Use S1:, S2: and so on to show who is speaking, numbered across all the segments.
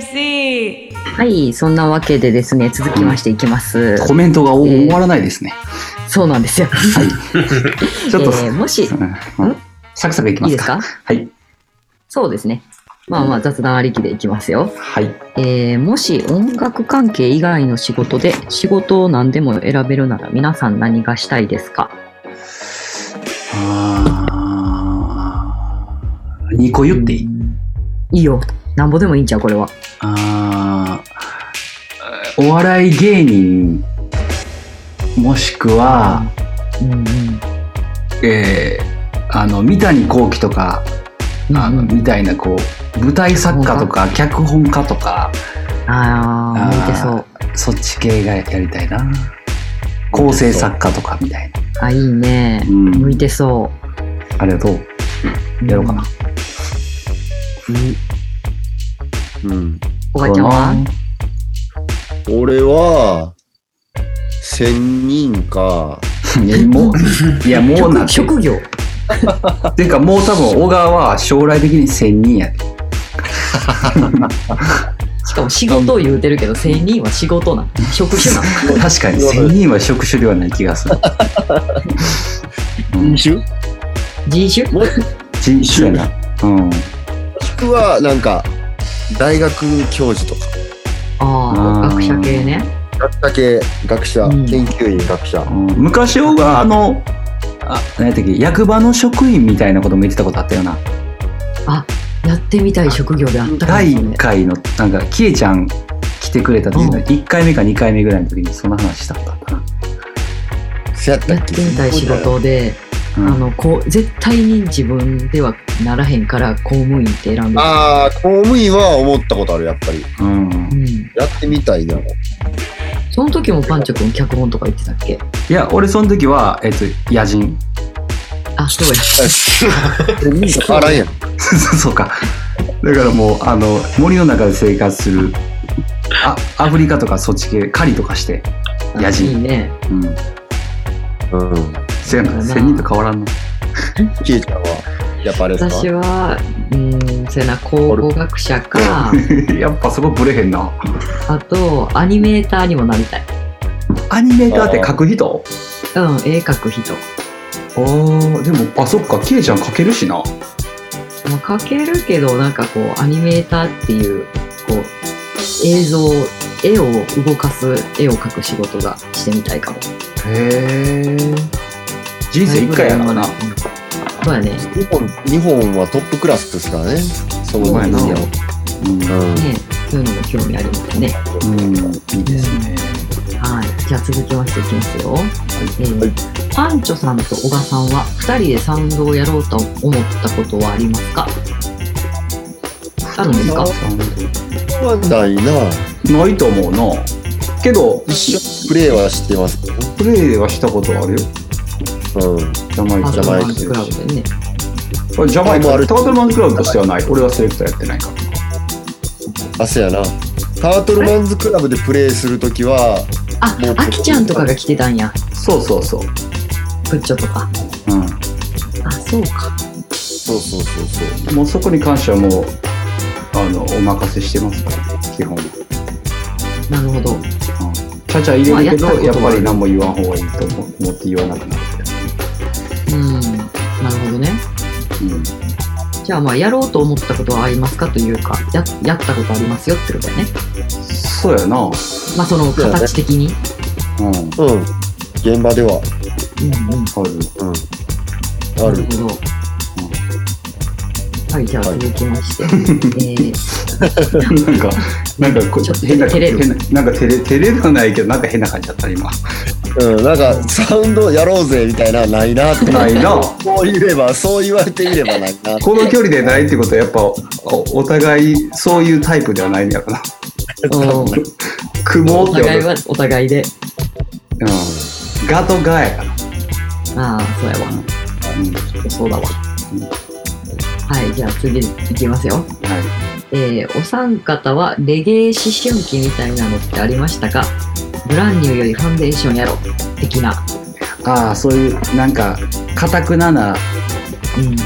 S1: TMC
S2: はい、そんなわけでですね、続きましていきます。
S3: コメントがお終わらないですね。
S2: そうなんですよ。
S3: ちょっと、
S2: えーもし、い
S3: うん
S2: ん
S3: サクサクいきま
S2: いですす
S3: か。
S2: か
S3: はい。
S2: そうですね。まあまあ雑談ありきでいきますよ。
S3: はい。
S2: えーもし音楽関係以外の仕事で仕事を何でも選べるなら皆さん何がしたいですか
S3: あー2個言っていい
S2: いいよ。なんぼでもいいんちゃう、これは。
S3: あーお笑い芸人、もしくは、
S2: うんうん。
S3: えーあの、三谷幸喜とか、あ
S2: う
S3: の
S2: んうん
S3: みたいな、こう、舞台作家とか、脚本家とか、
S2: ああ、
S3: あー
S2: 向いてそう。
S3: そっち系がやりたいな。構成作家とかみたいな。
S2: あ、いいね。
S3: うん
S2: 向いてそ
S3: ありがとう。
S2: う。
S3: やろうかな。
S4: うん。
S2: おばちゃんは
S4: 俺は、千人か、
S3: いや もう、いやもうなん
S2: 職
S3: て。
S2: 職業
S3: てかもう多分小川は将来的に千人やで。
S2: しかも仕事を言うてるけど、千人は仕事なん。職種なん。
S3: 確かに千人は職種ではない気がする。うん
S4: 種
S2: 人種
S4: も
S3: 人種やな。うん。
S4: しくは、なんか、大学教授とか、
S2: ああ、
S3: あー
S2: 学者系ね。
S4: 学者系、学者、
S2: うん
S4: 研究員、学者。
S3: うん昔小川あの、あ、何やったっけ、役場の職員みたいなことも言ってたことあったよな。
S2: やってみたい職業であったかも
S3: 第
S2: しれな
S3: 1
S2: い。
S3: 回の、なんか、キエちゃん来てくれた時の
S2: うん
S3: 1回目か2回目ぐらいの時にそんな話したことあったな。
S4: せやった
S2: や
S4: っ
S2: っ
S4: け
S2: てみたい仕事で、
S3: うん
S2: あの、こう、絶対に自分ではならへんから公務員って選んでる。
S4: ああ、公務員は思ったことある、やっぱり。
S3: うん
S2: う。ん。
S4: やってみたいな。
S2: その時もパンチョ君脚本とか言ってたっけ
S3: いや、俺その時は、えっと、野人。
S2: あ、そうや。
S4: あらんやん。
S3: そうか。だからもう、あの、森の中で生活する、あ、アフリカとかそっち系、狩りとかして、野
S2: いい
S3: 人。
S2: ね。
S3: うん。
S4: うん。
S3: せや
S2: そう
S3: な、
S2: だな
S3: 千人と変わらんの。
S4: キエちゃんは、やっぱあれです
S2: 私
S4: か
S2: は、うん、そうやな、考古学者か、
S3: やっぱそこブレへんな。
S2: あと、アニメーターにもなりたい。
S3: アニメーターって書く人
S2: うん、絵描く人。
S3: ああ、でも、あ、そっか、キエちゃん書けるしな。
S2: まあ、描けるけどなんかこうアニメーターっていうこう映像絵を動かす絵を描く仕事がしてみたいかも
S3: へえ。人生一回やからな。
S2: そうやねね
S4: 日本日本はトップクラスですからね。その
S3: お前
S4: 分
S3: な。
S4: 野を。
S3: うん。
S4: うん
S2: そういうのも興味ありますね
S3: うん、いいですね。
S2: はいじゃあ続きましていきますよ、えー
S4: はい
S2: パンチョさんと小賀さんは2人でサウンドをやろうと思ったことはありますかあるんですか
S4: はないな。
S3: ないと思うな。けど、
S4: 一緒にプレーはしてますけどね。
S3: プレイはしたことあるよ。
S4: うん。
S3: ジャマイ
S2: パ
S3: カ。
S2: ンチ
S4: ジ
S2: ョ
S4: ャマイ
S2: マン
S4: カ
S2: クラブでね
S3: あジャマイ
S4: あもう
S3: カ
S4: ある
S3: タートルマンクラブとしてはない俺はセレクターやってないから
S4: あそうやな。タートルマンズクラブでプレーするときは、
S2: あ
S4: もう
S2: あきちゃんとかが来てたんや
S3: そうそうそう、
S2: プッチョとか
S3: う
S2: あそうか
S4: そうそうそうそう。
S3: ん、もうそこに関してはもうあのお任せしてますから基本
S2: なるほど
S3: ちゃちゃ入れるけど
S2: まあや
S3: や
S2: った
S3: っ
S2: ことは
S3: ぱり何も言わん方がいいと思思って言わなくなる
S2: うん、なるほどね。じゃあまあやろうと思ったことはありますかというかややったことありますよってことだよね。
S3: うん、そうやなう
S2: ま
S3: ん
S2: あその
S4: そうだね
S2: 形的に。
S4: うん。現場では。
S2: うんうん。
S3: ある
S4: うん。
S2: な
S4: あ
S2: る
S4: る。
S2: ほど。はいじゃあ
S4: はい
S2: 続きま して、えー
S3: なんかなんかこ
S2: ちょっと
S3: 変な
S2: 照れる
S3: 変ななんか照れ照れではないけどなんか変な感じだった今
S4: うん。なんか、サウンドやろうぜみたいな、ないなって。
S3: ないな
S4: そういれば、そう言われていればないな。
S3: この距離でないってことはやっぱおお互いそういうタイプではないんだから
S2: おー
S3: 雲
S2: お
S3: って
S2: 互いはお互いで。
S3: うん、ガとガやから。
S2: ああそうやわ。そうだわ。
S3: うん
S2: はいじゃあ次いきますよ。
S3: は
S2: えーお三方はレゲエ思春期みたいなのってありましたかブランニューよりファンデーションやろ的な。
S3: い、ああそういうなんかかたくなな
S2: うん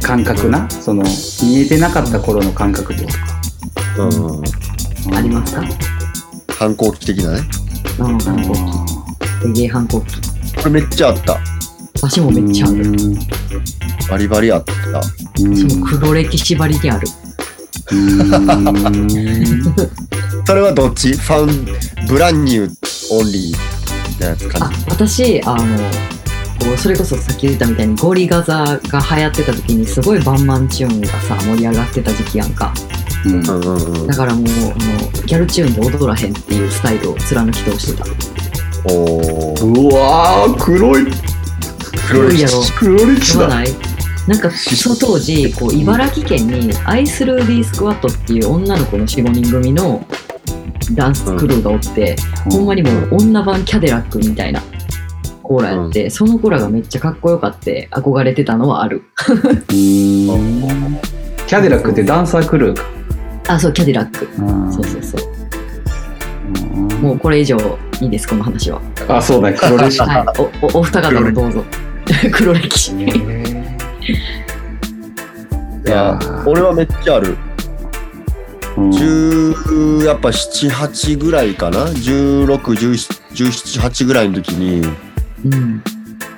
S3: 感覚なその見えてなかった頃の感覚ってことか。
S4: うん。
S2: ありますか
S4: 反抗期的なね。
S2: あの反抗期。
S3: う
S2: レゲエ反抗期。
S4: これめっちゃあった。
S2: 私もめっちゃある。
S3: ん
S4: バリバリあった。
S2: 私も黒歴縛りにある。
S4: それはどっちファン、ブランニューオンリーなやつか
S2: あ
S4: な。、
S2: 私、あの、こうそれこそさっき言ったみたいにゴリガザが流行ってた時にすごいバンバンチューンがさ盛り上がってた時期やんか
S3: うん
S4: うんうんうん
S2: だ。からもうあのギャルチューンで踊らへんっていうスタイルを貫き通してた
S4: おー。
S3: うわー黒い
S2: 黒いやろ
S3: 黒歴史
S2: 思わ
S3: だ
S2: ないなんかその当時こう茨城県に愛する D スクワットっていう女の子の45人組のダンスクルーがおって、ほんまにもう女版キャデラックみたいなコーラやって、その子らがめっちゃかっこよかって憧れてたのはある
S3: キャデラックってダンサークルーか
S2: あそうキャデラックそうそうそうもうこれ以上いいですこの話は
S3: あそうだね黒歴史
S2: はいおおお二方もどうぞ黒歴史
S4: いや
S3: う、ん
S4: 俺はめっちゃある。
S3: うん
S4: 10やっぱ78ぐらいかな161718ぐらいの時に
S2: うん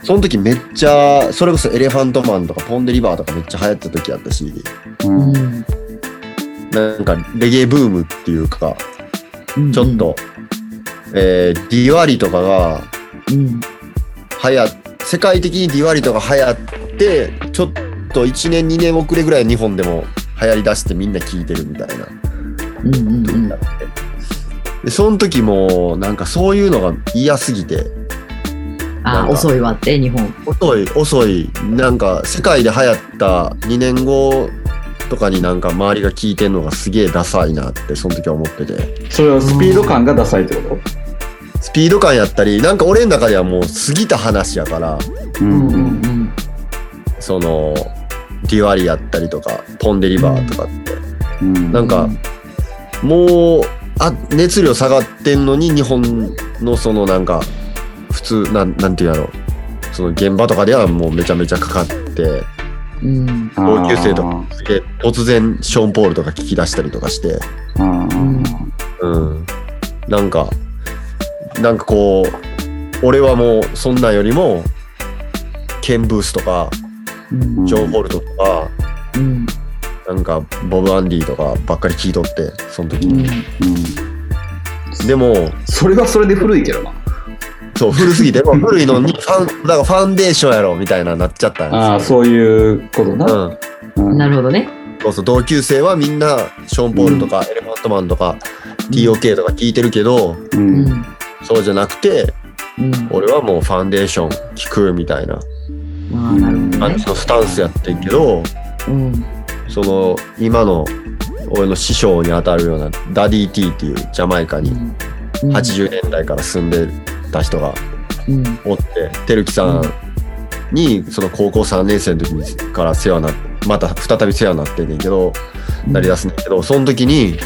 S4: その時めっちゃそれこそエレファントマンとかポンデリバーとかめっちゃ流行った時あったし
S2: うん
S4: なんかレゲエブームっていうか
S2: うん
S4: ちょっと、えーディワリとかが
S2: うん
S4: 流行っ世界的にディワリとか流行ってちょっと1年2年遅れぐらい日本でも流行りだしてみんな聴いてるみたいな
S2: うんうんうん
S4: だってでその時もなんかそういうのが嫌すぎてな
S2: あ
S4: んか
S2: 遅いわって日本
S4: 遅い遅いなんか世界で流行った2年後とかになんか周りが聞いてんのがすげえダサいなってその時は思ってて
S3: それはスピード感がダサいってこ
S4: スピード感やったりなんか俺の中ではもう過ぎた話やから
S3: と
S2: う
S3: う
S2: んうんうん
S4: そのデュアリやったりとかポンデリバーとかって
S3: うん
S4: なんかもうあ熱量下がってんのに日本のそのなんか普通なんなんていうんやろその現場とかではもうめちゃめちゃかかって
S2: うん
S4: 同級生とすげえ突然ショーン・ポールとか聞き出したりとかして。
S3: うんうん
S4: うん、なんかなんかこう俺はもうそんなんよりもケン・ブースとか
S2: うん
S4: ジョン・ホルトとか、
S2: うん
S4: なんかボブ・アンディとかばっかり聞いとってその時
S2: うん
S3: うん
S4: でも
S3: それはそれで古いけどな
S4: そう古すぎてもう古いのにファンだからファンデーションやろみたいななっちゃったんですよ
S3: ああそういうことな
S4: うん、
S3: うん
S2: なるほどね
S4: そうそう同級生はみんなショーン・ポールとか、エレファントマンとか、TOK とか聞いてるけど
S3: う
S2: うんん
S4: そうじゃなくて
S2: うん
S4: 俺はもうファンデーション聞くみたいな
S2: ああなるほど
S4: 感
S2: ね
S4: じのスタンスやってんけど、
S2: うん
S4: その今の俺の師匠に当たるようなダディ T っていうジャマイカに
S2: うん
S4: 80年代から住んでた人が
S2: うん
S4: おっててるきさんにその高校3年生の時から世話なまた再び世話になってんねんけどなりだすねんけどその時に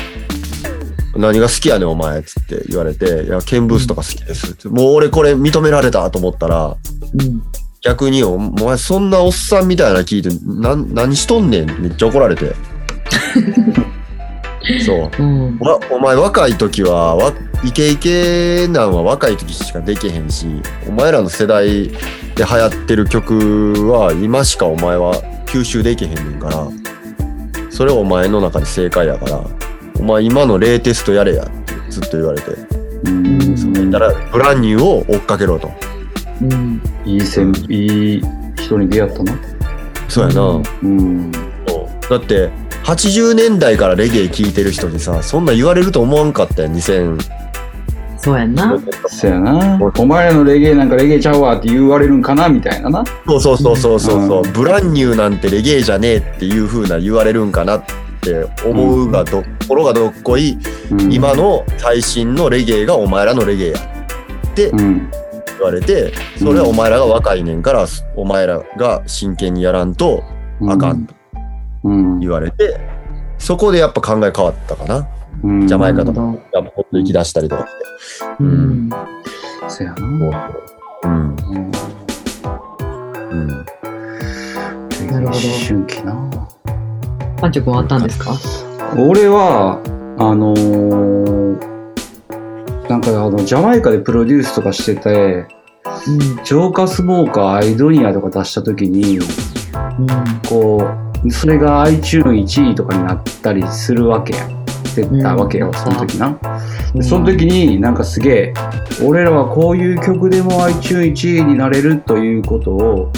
S4: 「何が好きやねんお前」っつって言われて「いやケンブースとか好きです」ってもう俺これ認められたと思ったら
S2: うん
S4: 逆に「お前そんなおっさんみたいなの聞いてなん何しとんねん」めっちゃ怒られてそう
S2: うん
S4: わお前若い時はわイケイケなんは若い時しかできへんしお前らの世代で流行ってる曲は今しかお前は吸収できへんねんからそれはお前の中で正解やからお前今のレイテストやれやってずっと言われて
S3: うん
S2: そ
S4: だからブランニューを追っかけろと
S2: うん
S3: いい先いい人に出会ったな
S4: そうやな、
S2: うん
S3: うん
S4: だって80年代からレゲエ聴いてる人にさそんなん言われると思わんかったよ2000
S2: そうやんな
S3: そやなお前らのレゲエなんかレゲエちゃうわって言われるんかなみたいなな
S4: そうそうそうそうそうそう、
S3: うん
S4: ブランニューなんてレゲエじゃねえっていう風な言われるんかなって思うがど、ころがどっこい今の最新のレゲエがお前らのレゲエやって
S3: うん
S4: 言われてそれはお前らが若いねんからお前らが真剣にやらんとあかんと
S3: うん
S4: 言われてそこでやっぱ考え変わったかな
S3: うん
S4: ジャマイカ
S2: なる
S4: とか
S2: ほど
S4: やっぱほんと行き出したりとかして
S2: うん
S3: そやな
S4: うん
S3: うん
S4: うん
S2: なるほど
S3: 思春期な
S2: パンチョ君はあったんですか
S3: 俺はあのーなんかあのジャマイカでプロデュースとかしてて
S2: うん
S3: 浄化スモーカーアイドニアとか出した時にこうそれが iTune1 位とかになったりするわけやってたわけよ、
S2: うん
S3: その時な、
S2: うん
S3: その時になんかすげえ俺らはこういう曲でも iTune1 位になれるということを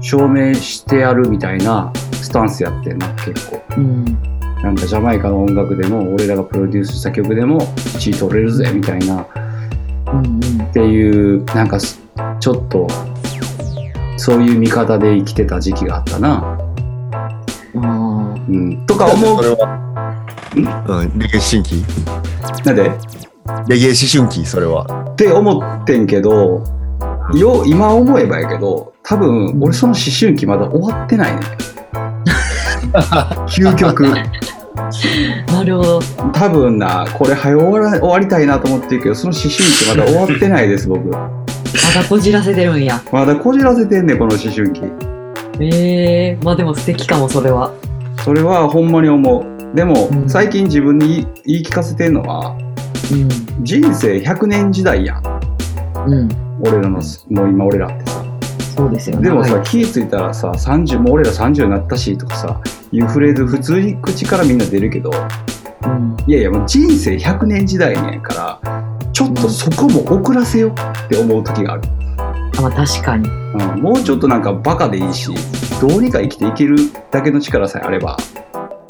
S3: 証明してやるみたいなスタンスやってんな結構
S2: うん
S3: なんかジャマイカの音楽でも俺らがプロデュースした曲でも1位取れるぜみたいな
S2: うん
S3: っていうなんかすちょっとそういう見方で生きてた時期があったな、
S2: うんあ
S3: うん、とか思
S4: そうれは、うん、レゲエ思春期
S3: なんで
S4: レゲエ思春期それは
S3: って思ってんけどよ今思えばやけど多分俺その思春期まだ終わって ないね究極
S2: ーなるほど
S3: 多分なこれ早終わら終わりたいなと思ってるけどその思春期まだ終わってないです僕
S2: まだこじらせてるんや
S3: まだこじらせてんねんこの思春期
S2: ええまあでも素敵かもそれは
S3: それはほんまに思うでも、
S2: うん
S3: 最近自分に言い聞かせてんのは
S2: うん
S3: 人生100年時代やん
S2: うん
S3: 俺らのもう今俺らってさ
S2: そうですよね
S3: でもさ、
S2: はい
S3: 気ぃついたらさ30もう俺ら30になったしとかさいうフレーズ普通に口からみんな出るけど
S2: うん
S3: いやいやもう人生100年時代ねんからちょっとそこも遅らせよって思う時がある、
S2: あまあ確かに
S3: うん、もうちょっとなんかバカでいいしどうにか生きていけるだけの力さえあれば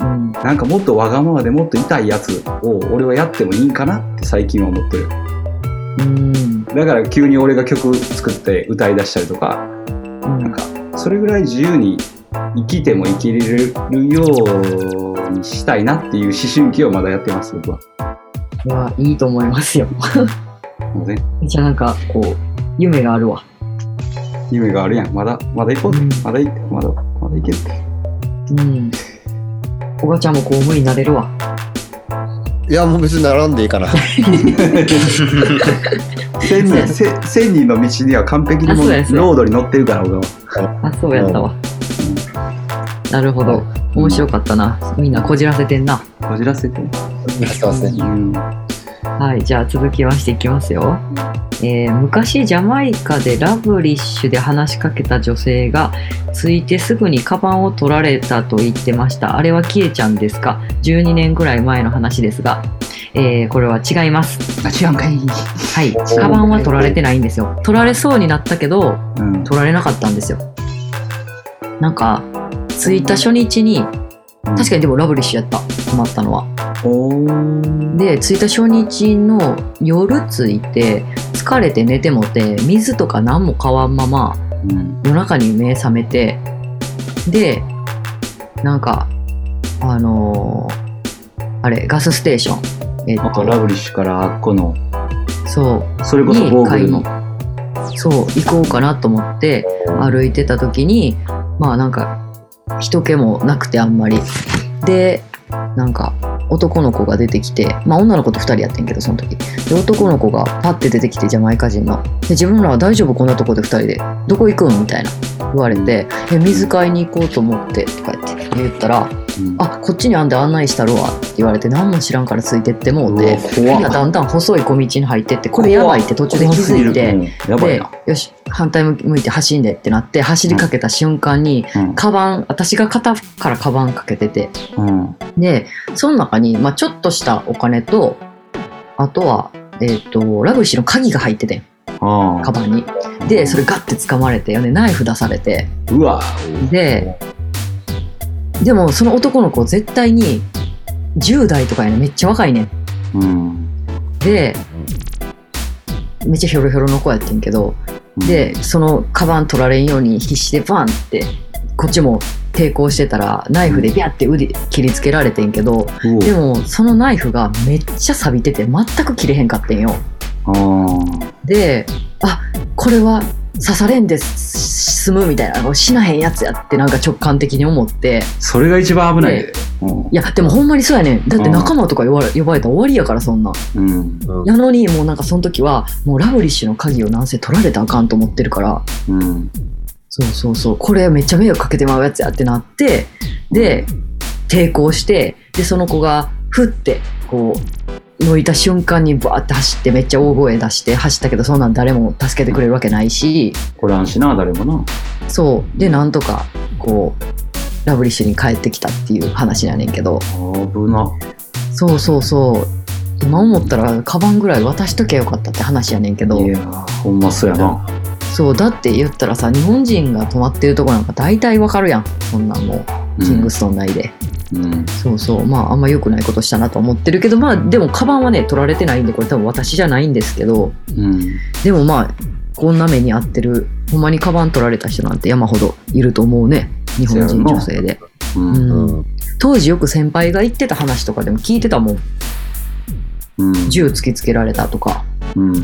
S2: うん
S3: なんかもっとわがままでもっと痛いやつを俺はやってもいいんかなって最近は思ってる
S2: うん
S3: だから急に俺が曲作って歌い出したりとか
S2: うん
S3: なんかそれぐらい自由に生きても生きれるようにしたいなっていう思春期をまだやってます僕は。
S2: いやいいと思いますよ
S3: もうね
S2: じゃあなんかこう夢があるわ
S3: 夢があるやんまだまだ行こうぜ、
S2: うん
S3: まだ行ってまだまだ行けるって
S2: うんおがちゃんも公務員になれるわ
S4: いやもう別に並んでいい かな
S3: 千人せ千人の道には完璧に
S2: あ
S3: も
S2: そううですね
S3: ロードに乗ってるから俺は。
S2: あそうやったわ、なるほど面白かったなみんなこじらせてんな
S3: こじらせて、
S4: そうですね
S3: うん
S2: はい、じゃあ続きましていきますよ。えー昔ジャマイカでラブリッシュで話しかけた女性がついてすぐにカバンを取られたと言ってました。あれはキエちゃんですか ?12 年ぐらい前の話ですが、えーこれは違います。
S3: あ違うんかい、
S2: はい、カバンは取られてないんですよ。取られそうになったけど、
S3: うん、
S2: 取られなかったんですよ。なんか、着いた初日に、確かにでもラブリッシュやった、困ったのは。
S3: おー
S2: で着いた初日の夜着いて疲れて寝てもて水とか何も買わんまま
S3: うん
S2: 夜中に目覚めてでなんかあのーあれガスステーションえっ
S3: あとラ
S2: と
S3: ブリッシュからあっこの
S2: そ
S3: それ
S2: う
S3: こそ
S2: に
S3: ゴーグ
S2: 買い
S3: ルの
S2: にそう行こうかなと思って歩いてた時にまあなんか人気もなくてあんまりでなんか男の子が出てきてまあ女の子と2人やってんけどその時で男の子がパッて出てきてジャマイカ人ので自分らは大丈夫こんなとこで2人でどこ行くんみたいな言われて「え水買いに行こうと思って」とか言って言ったら「
S3: うん
S2: あこっちにあんで案内したるわ」って言われて何も知らんからついてってもう
S3: うわ
S2: て
S3: 怖っ
S2: だんだん細い小道に入ってってこれやばいって途中で気づいて。
S3: 怖すぎるうんやばい
S2: で
S3: な、
S2: よし、反対向いて走んでってなって、走りかけた瞬間に、
S3: うん
S2: カバン、私が肩からカバンかけてて、
S3: うん
S2: で、その中に、まあ、ちょっとしたお金と、あとは、えっ、と、ラブリッシュの鍵が入っててん、
S3: あ
S2: カ
S3: あ
S2: バンに。で、それガッて掴まれて、でナイフ出されて、
S3: うわ
S2: で、でもその男の子絶対に、10代とかやねんめっちゃ若いねん。
S3: うん
S2: で、めっちゃヒョロヒョロの子やってんけど、でそのカバン取られんように必死でバンってこっちも抵抗してたらナイフでビャって腕切りつけられてんけど
S3: うお
S2: でもそのナイフがめっちゃ錆びてて全く切れへんかってんよ
S3: あー
S2: であこれは刺されんで済むみたいな死なへんやつやってなんか直感的に思って
S3: それが一番危ないで、
S2: いやでもほんまにそうやねんだって仲間とか呼ばれ呼ばれたら終わりやからそんなん
S3: うんうん
S4: うん
S2: なのにもうなんかその時はもうラブリッシュの鍵をなんせ取られたらあかんと思ってるから
S3: うん
S2: そうそうそうこれめっちゃ迷惑かけてまうやつやってなってで抵抗してでその子がふってこう抜いた瞬間にバーって走ってめっちゃ大声出して走ったけどそんなん誰も助けてくれるわけないし
S3: これんしな、誰もな。
S2: そうでなんとかこうラブリッシュに帰ってきたっていう話やねんけど
S3: 危な。
S2: そうそうそう今思ったらカバンぐらい渡しときゃよかったって話やねんけど
S3: いやー、ほんまそうやな。
S2: そうだって言ったらさ日本人が泊まってるとこなんか大体わかるやんそんなんもうキングストン内で、
S3: うん。
S2: そうそうまああんま良くないことしたなと思ってるけどまあでもカバンはね取られてないんでこれ多分私じゃないんですけど
S3: うん。
S2: でもまあこんな目に遭ってるほんまにカバン取られた人なんて山ほどいると思うね日本人女性で、
S3: う。
S2: うんん、当時よく先輩が言ってた話とかでも聞いてたもん
S3: うん。
S2: 銃突きつけられたとか
S3: うん。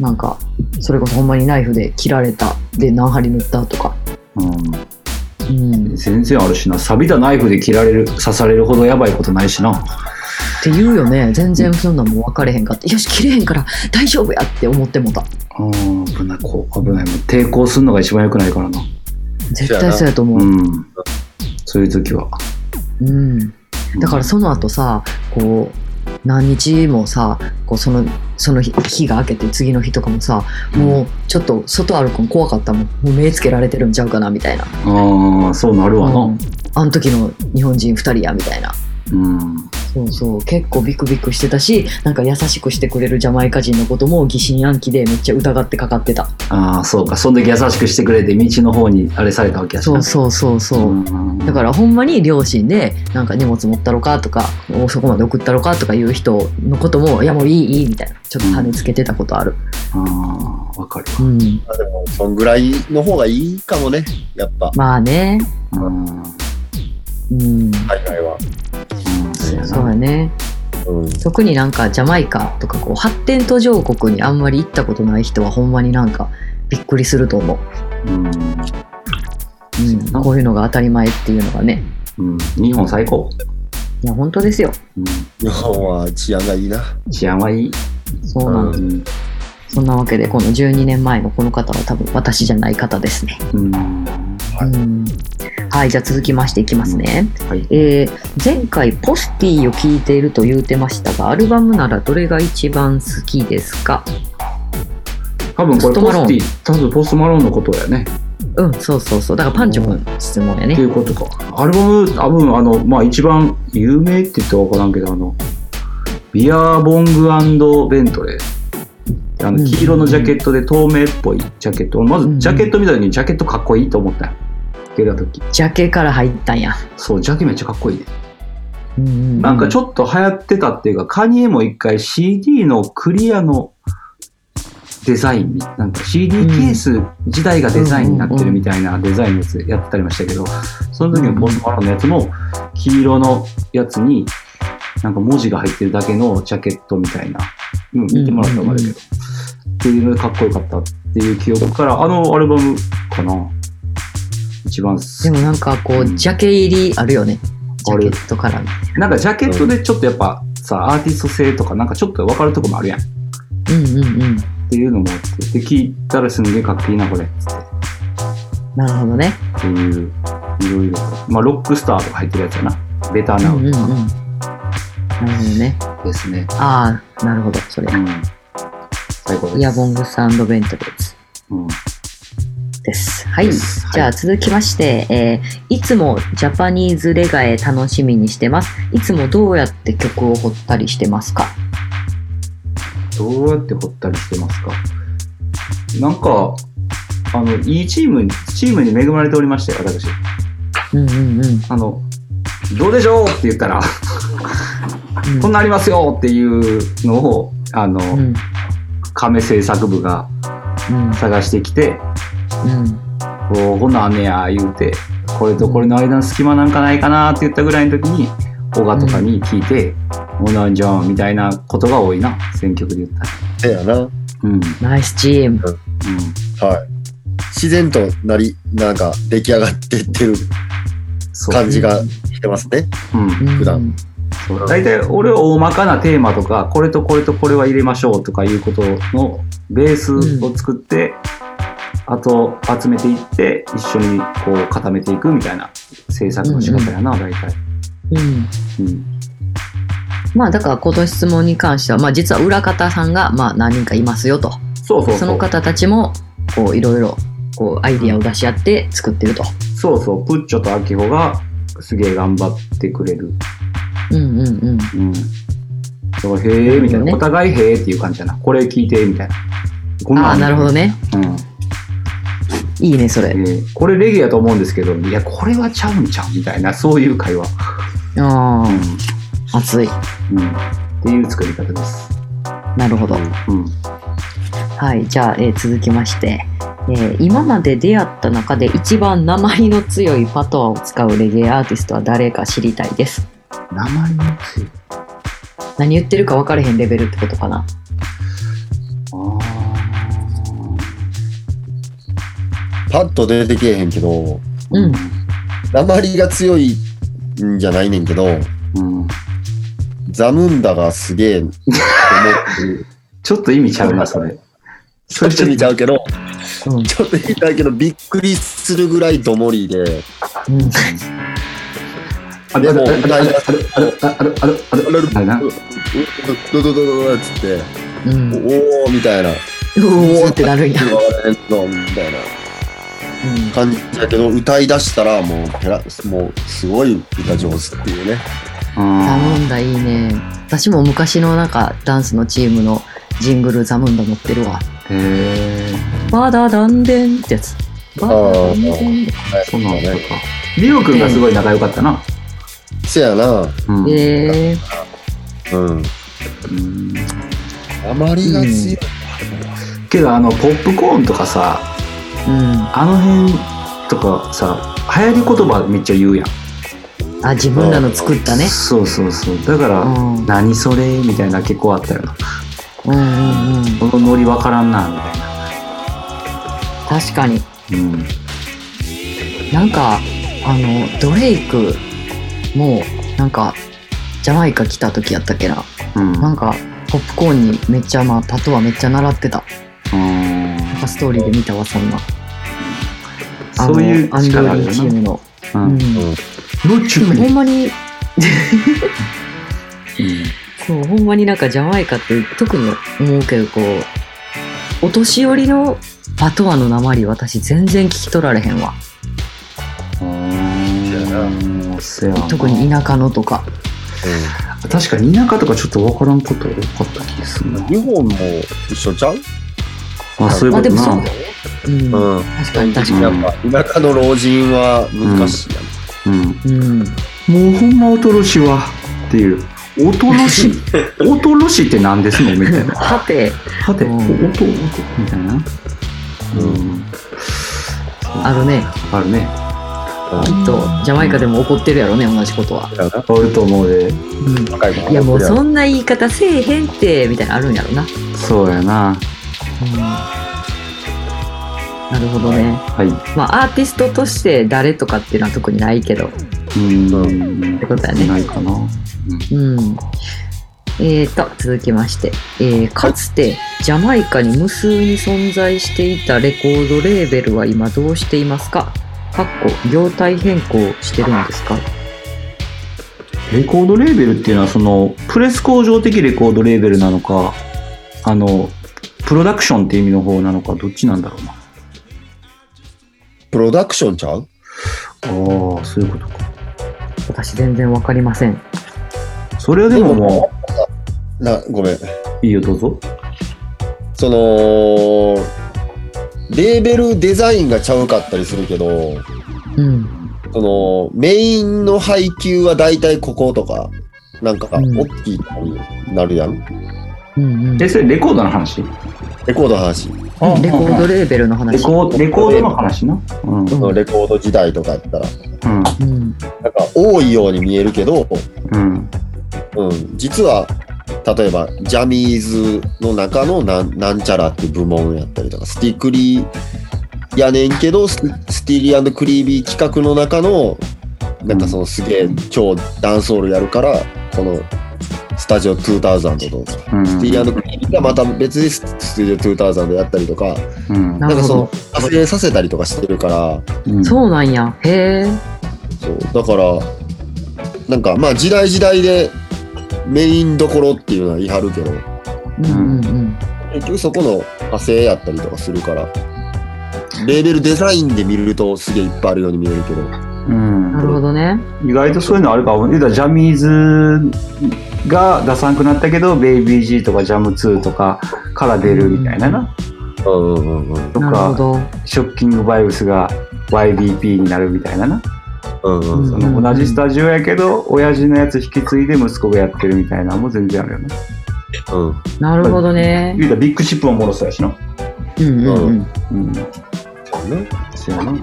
S2: なんかそれこそほんまにナイフで切られたで何針塗ったとか、
S3: う
S2: うん、
S3: ん。全然あるしな。錆びたナイフで切られる、刺されるほどやばいことないしな。
S2: って言うよね全然そんなんもう分かれへんかってよし切れへんから大丈夫やって思ってもた
S3: うん。危ない、こう、危ない。もう抵抗するのが一番良くないからな。
S2: 絶対そうやと思
S3: う
S2: う、
S3: ん。そういう時は。
S2: うん、だからその後さこう何日もさこうそのその日日が明けて次の日とかもさもうちょっと外歩くの怖かったもんもう目つけられてるんちゃうかなみたいな、
S3: ああ、そうなるわ
S2: うん
S3: な。、
S2: あの時の日本人2人やみたいな
S3: うん。
S2: そうそう結構ビクビクしてたしなんか優しくしてくれるジャマイカ人のことも疑心暗鬼でめっちゃ疑ってかかってた
S3: ああ、そうか。そんだけ優しくしてくれて、道の方にあれされたわけやし
S2: そ
S3: な。
S2: うそうそうそう、
S3: ん
S2: だからほんまに両親でなんか荷物持ったろかとかそこまで送ったろかとかいう人のこともいやもういいいいみたいなちょっと跳ねつけてたことある、
S3: ああ、わかる
S2: うん
S4: あでもそんぐらいの方がいいかもねやっぱ
S2: まあね、
S3: わ。うん。うん
S2: うん、
S4: 海外は、
S3: そうや
S2: そう
S3: な。
S2: やね
S4: うん、
S2: 特になんかジャマイカとかこう発展途上国にあんまり行ったことない人はほんまになんかびっくりすると思う、
S3: うん。
S2: うん、こういうのが当たり前っていうのがね
S3: うん。日本最高。
S2: いや本当ですよ
S3: うん。
S4: 日本は治安がいいな
S3: 治安はいい。。
S2: そうなの、
S4: うん
S2: そんなわけでこの12年前のこの方は多分私じゃない方ですね
S3: うん。
S4: はい
S2: うんはい、じゃあ続きましていきますね。
S3: はい。
S2: えー前回ポスティを聴いていると言うてましたが、アルバムならどれが一番好きですか
S3: 多分
S2: ポ
S3: こ
S2: ス
S3: れ
S2: ト
S3: ポ
S2: マロ
S3: ス
S2: ーン
S3: ティ、多分ポストマローンのことやね。
S2: うん、そうそうそう。だからパンチョ君の質問や
S3: ってい
S2: ね。
S3: うことか。アルバム、多分あの、まあ一番有名って言ったらわからんけど、あの、ビアーボングベントレー。あ
S2: うん
S3: の黄色のジャケットで透明っぽいジャケット。ま
S2: うん
S3: ずジャケット見た時にジャケットかっこいいと思ったよ。出た時。
S2: ジャケから入ったんや。
S3: そう、ジャケめっちゃかっこいいね。
S2: うん
S3: なんかち
S2: ょっ
S3: ょっと流行ってたっていうか、カニエも一回 CD のクリアのデザインみ、なんか CD ケース自体がデザインになってるみたいなデザインのやつやってたりましたけど、その時のポストマローンのやつも、黄色のやつに、なんか文字が入ってるだけのジャケットみたいな、うん見てもらったらわかるけど、っていうのでかっこよかったっていう記憶から、あのアルバムかな、一番好き
S2: でもなんかこう、ジャケ入りあるよね。ジャ
S3: あ
S2: ケ
S3: る
S2: ットからの。
S3: なんかジャケットでちょっとやっぱさ、アーティスト性とかなんかちょっと分かるとこもあるやん。
S2: うんうんうん。
S3: っていうのもあって、で、聞いたらすんげえかっこいいな、これ、っつって。
S2: なるほどね。
S3: っていう、いろいろ。まあ、ロックスターとか入ってるやつやな。ベター
S2: うん
S3: な
S2: うんうん。なるほどね。
S3: ですね。
S2: ああ、なるほど。それ
S3: う。ん。最高です。
S2: イヤボングサンドベントレーズ。
S3: うん。
S2: です。はい。
S3: ですはい
S2: じゃあ続きまして、えーいつもジャパニーズレガエ楽しみにしてます。いつもどうやって曲を彫ったりしてますか
S3: どうやって掘ったりしてますかなんか、あの、いいチームに、チームに恵まれておりまして、私。
S2: うんうんうん。
S3: あの、どうでしょうって言ったら、こんなありますよっていうのを、あの、
S2: うん
S3: 亀製作部が
S2: うん
S3: 探してきて、
S2: うん
S3: こうこんなんあんねや言うてこれとこれの間の隙間なんかないかなって言ったぐらいの時に小賀とかに聞いて「おなんじゃん」みたいなことが多いな選曲で言ったら
S4: せやな
S3: うんうん
S2: ナイスチーム。
S4: はい自然となりなんか出来上がってってる
S3: そう
S4: 感じがしてますね
S3: うん
S2: うん
S4: 普段。
S3: そう大体俺は大まかなテーマとかこれとこれとこれは入れましょうとかいうことのベースを作って、あと集めていって一緒にこう固めていくみたいな制作の仕方やな、大体、
S2: うん。
S3: うん、
S2: まあだからこの質問に関しては、まあ、実は裏方さんがまあ何人かいますよと
S3: そうそうそう。
S2: その方たちもこういろいろこうアイディアを出し合って作ってると。
S3: そうそう。プッチョとアキホがすげえ頑張ってくれる。
S2: うんうんうん。
S3: うん。そうへえみた
S2: なるほど
S3: い
S2: ね
S3: な。お互いへえっていう感じだな。これ聞いて、みたいな。こん
S2: あ
S3: ん
S2: あーなるほどね。
S3: うん。
S2: いいねそれ。
S3: えーこれレゲエやと思うんですけど、いや、これはちゃうんちゃうみたいな、そういう会話。
S2: あ
S3: う
S2: あ熱い。
S3: ん。うん。っていう作り方です。
S2: なるほど。
S3: うん。
S2: はいじゃあ、えー続きまして、えー今まで出会った中で一番鉛の強いパトワを使うレゲエアーティストは誰か知りたいです。
S3: 鉛のつい。
S2: 何言ってるか分かれへんレベルってことかな。
S3: あ
S4: パッと出てけえへんけど、
S3: ー
S2: うん。
S4: 鉛が強いんじゃないねんけど、
S3: うん。
S4: ザムンダがすげえって思ってる。
S3: ちょっと意味ちゃうな、それ。
S4: ちょっと見ちゃうけど、
S2: うん
S4: ちょっと見ちゃうけど、びっくりするぐらいどもりで、
S2: うん
S3: あ
S4: でも
S3: あれ、あれ、あれ、あれ、あれ、あれ、あれ、あれ、あれな。
S4: ドドドドドドっつって、
S2: うん、う
S4: おーみたいな、
S2: おーってなるんや。
S4: みたいな感じだけど、歌い出したらもう、へらもうすごい歌上手っていうね。
S3: う
S2: ザム
S3: ん。
S2: ンダいいね。私も昔のなんかダンスのチームのジングルザムンダ持ってるわ。
S3: へえ。
S2: バダダンデンってやつ。バダダンデン。
S3: そうなんだ
S4: ね
S3: か。リオくんがすごい仲良かったな。
S4: せやな、
S3: うん。う
S2: えー、
S4: うん。
S3: ん
S4: あまりが強い。
S3: けど、あの、ポップコーンとかさ、
S2: うん。
S3: あの辺とかさ、流行り言葉めっちゃ言うやん。
S2: あ、自分らの作ったね。
S3: そうそうそう。だか
S2: う
S3: ら、
S2: ん。うん
S3: 何それみたいな結構あったよな。
S2: うんうん。
S3: このノリわからんな、みたいな。
S2: 確かに。
S3: うん。
S2: なんか、あの、ドレイクも、なんか、ジャマイカ来た時やったっけな。
S3: うん。
S2: なんか、ポップコーンにめっちゃ、まあ、パトはめっちゃ習ってた。
S3: うん
S2: なんかストーリーで見たわ、そんな。あの
S3: そういう
S2: アンド
S3: 力あ
S2: リ
S3: る
S2: ーチ
S3: よ
S2: ー
S3: な。
S2: ムの。
S3: う
S2: うん
S3: ん。の
S2: で
S3: 中
S2: もほ
S3: に
S2: んまに
S3: うん
S2: そうほんまになんかジャマイカって特に思うけどこうお年寄りのパトワの鉛私全然聞き取られへんわ
S3: うんせやな
S2: 特に田舎のとか
S3: 確かに田舎とかちょっとわからんこと多かった気がするな
S4: うん。日本も一緒ちゃう
S3: あそういうこと
S2: まあで
S3: な
S2: もうん
S4: うん。
S2: 確かに確か
S3: に
S4: やっぱ田舎の老人は難しいやん。
S3: う
S2: にうん
S3: んもうほんまおとろしはっていうおとろ しおとろしって何ですのみた いな
S2: はて
S3: はてお
S2: うん
S3: おとおとみたいなうん
S2: あのね
S3: あるね
S2: きっとジャマイカでも怒ってるやろね同じことは、
S4: だよな
S3: あると思うで
S2: うん
S4: 若子
S2: いやもうそんな言い方せえへんってみたいなのあるんやろな、
S3: そうやな
S2: うんなるほどね、
S3: はい
S2: まあアーティストとして誰とかっていうのは特にないけど
S3: うん
S2: ってことだね
S3: ないかな
S2: うん。えーと、続きまして、えーかつてジャマイカに無数に存在していたレコードレーベルは今どうしていますかかっこ、業態変更してるんですか
S3: レコードレーベルっていうのはそのプレス工場的レコードレーベルなのかあのプロダクションって意味の方なのかどっちなんだろうな
S4: プロダクションちゃう
S3: ああそういうことか
S2: 私全然わかりません。
S3: それはでもも
S4: な、ごめん。
S3: ういいよどうぞ
S4: その、レーベルデザインがちゃうかったりするけど、
S2: うん。
S4: その、メインの配給は大体こことか、なんか、
S2: うん
S4: 大きいのになるやん。
S2: うんうん。
S3: えそれレコードの話レ
S4: レコードの話。
S2: うんレコードレーベルの話。
S3: レコレコードの話なうんうん
S2: うん
S4: レコード時代とかやったら、
S2: うん。
S4: なんか多いように見えるけど、
S3: うん
S4: うん、実は、例えば、ジャミーズの中のなんなんちゃらっていう部門やったりとか、スティクリやねんけど、ススティーリークリービー企画の中の、なんかそのすげえ超ダンスホールやるから、このスタジオ2000とか、
S3: うん
S4: スティーリークリービーがまた別にススタジオ2000でやったりとか、
S3: うん
S2: な
S4: な
S2: る
S4: んか
S2: ほ
S4: その
S2: ど。
S4: 派生させたりとかしてるから、
S3: うん
S2: そうなんや。へえ。
S4: そうだからなんかまあ時代時代でメインどころっていうのは言い張るけど、
S2: うんうんうん
S4: 結局そこの派生やったりとかするから、レーベルデザインで見るとすげえいっぱいあるように見えるけど、
S3: うん
S2: なるほどね。
S3: 意外とそういうのあるかも言うたらジャニーズが出さんくなったけど「ベイビー G」とか「ジャム2」とかから出るみたいなな、
S4: うんうんうん
S3: と
S2: なるほ
S3: か
S2: ど。
S3: 「ショッキングバイブス」が YBP になるみたいなな、
S4: うんうんうん
S3: そ
S2: うんうん
S3: の同じスタジオやけど親父のやつ引き継いで息子がやってるみたいなのも全然あるよな
S4: うん
S2: なるほどね。
S3: 言うたらビッグシップも戻そうやしな
S2: うんうんうん。
S3: うん
S4: そうね
S3: そうやな、うん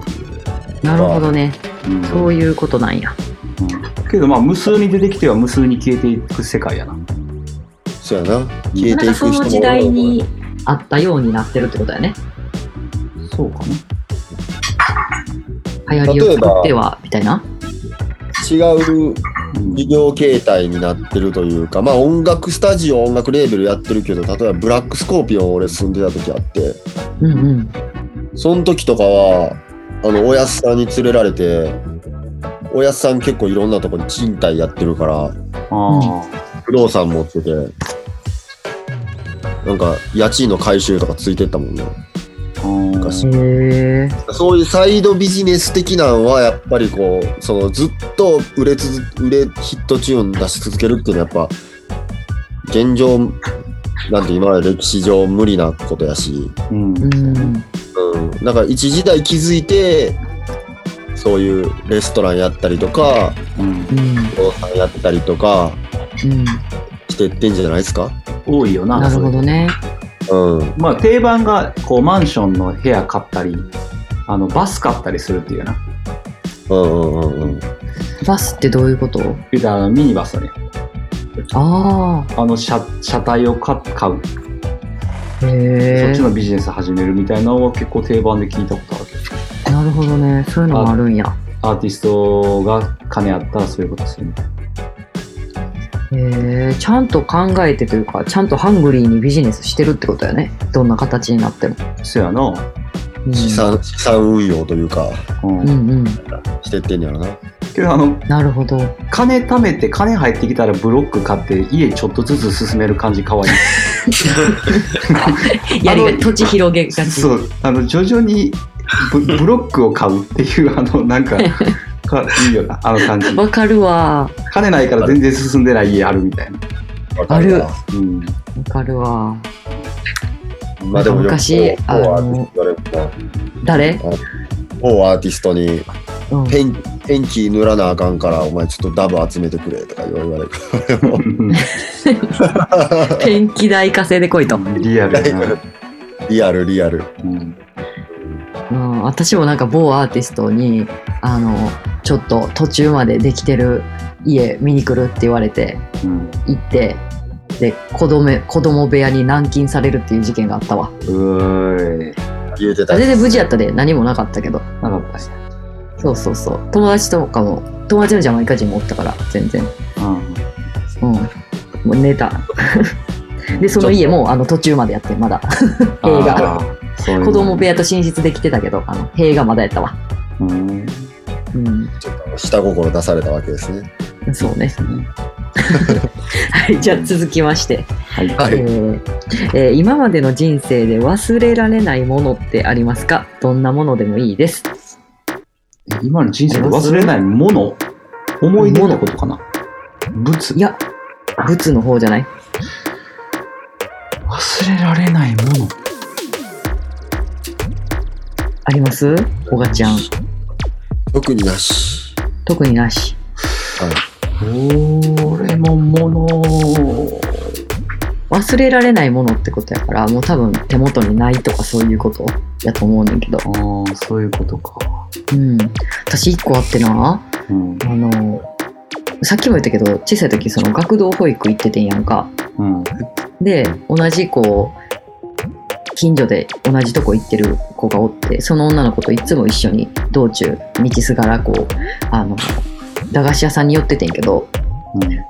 S2: なるほどね。そういうことなんや。
S3: うんけどまあ無数に出てきては無数に消えていく世界やな
S4: そうやな消え
S2: なんか
S4: ていく人
S2: そ
S4: も
S2: の時代にあったようになってるってことだよね。
S3: そうかな
S2: 流行りを作ってはみたいな。
S4: 違う事業形態になってるというかまあ音楽スタジオ音楽レーベルやってるけど例えばブラックスコーピオン俺住んでた時あって
S2: うんうん。
S4: その時とかはあのおやっさんに連れられておやっさん結構いろんなとこに賃貸やってるから
S3: ああ
S4: 不動産持っててなんか家賃の回収とかついてったもんね昔
S2: へえ。
S4: そういうサイドビジネス的なんはやっぱりこうそのずっと売れ続売れヒットチューン出し続けるっていうのはやっぱ現状なんて今まで歴史上無理なことやし、
S3: うん
S2: うん。
S4: うん、なんか一時代気づいてそういうレストランやったりとか
S3: うん
S2: うん。
S4: 不動産やったりとか
S2: うん。
S4: してってんじゃないですか、
S3: 多いよな
S2: なるほどね。
S4: うん、
S3: まあ、定番がこうマンションの部屋買ったりあのバス買ったりするっていうな
S4: うんうんうんうん
S2: バスってどういうこと
S3: 言うたらあのミニバスね
S2: あ
S3: あの車車体をか買う、
S2: あ。
S3: そ
S2: へ
S3: っち
S2: え。
S3: のビジネス始めるみたいなのは結構定番で聞いたことあるけど
S2: なるほどね。そういうのもあるんや。
S3: アーティストが金あったらそういうことするみたい
S2: へえ。ちゃんと考えてというか、ちゃんとハングリーにビジネスしてるってことだよね。どんな形になっても。
S3: なそやな、
S2: うん
S4: 資産資産運用というか
S3: うん
S2: うんうん。
S4: してってんやろな
S3: けどあの
S2: なるほど。
S3: 金貯めて金入ってきたらブロック買って家ちょっとずつ進める感じかわいい
S2: やりが土地広げがち。
S3: そうあの徐々に ブブロックを買うっていうあのなんかかいいよなあの感じ
S2: わかるわ。
S3: 金ないから全然進んでない家あるみたいな。
S4: わかわ
S2: あ
S3: うん。
S2: わかるわ。
S4: まあでもよく
S2: 昔
S4: 某某アーティ
S2: あの
S4: スト言われるな
S2: 誰
S4: 某アーティストに
S2: うん。
S4: ペンペンキ塗らなあかんからお前ちょっとダブ集めてくれとか言われる
S2: ペンキ代稼いでこいと。
S3: リアルやな。
S4: リアルリアル
S3: うん。
S2: うん、私もなんか某アーティストにあのちょっと途中までできてる家見に来るって言われて
S3: うん
S2: 行ってで子供子供部屋に軟禁されるっていう事件があったわ
S3: うーい。
S4: 言うてた
S2: 全然無事やったで何もなかったけど
S3: なかったし。
S2: そうそうそう友達とかも友達のジャマイカ人もおったから全然
S3: う
S2: うんもう寝たでその家もあの途中までやってまだ
S3: ん。
S2: 映画
S3: あー。そういうの
S2: 子供部屋と寝室できてたけどあの塀がまだやったわ
S3: うん。
S2: うん
S4: 下心出されたわけですね
S2: そうね はいじゃあ続きまして
S3: はい。
S4: はい
S2: えーえー今までの人生で忘れられないものってありますかどんなものでもいいです。
S3: 今の人生で忘れないもの。思い出のことかな。物
S2: い。や、物の方じゃない
S3: 忘れられないもの。
S2: ありますおがちゃん。
S4: 特になし
S2: 特になし。
S3: 俺も物。
S2: 忘れられないものってことやから、もう多分手元にないとかそういうことやと思うねんけど。
S3: ああ、そういうことか。
S2: うん。私一個あってな、
S3: うん。
S2: あの、さっきも言ったけど、小さい時その学童保育行っててんやんか。
S3: うん。
S2: で同じこう近所で同じとこ行ってる子がおってその女の子といつも一緒に道中道すがらこうあの駄菓子屋さんに寄っててんけど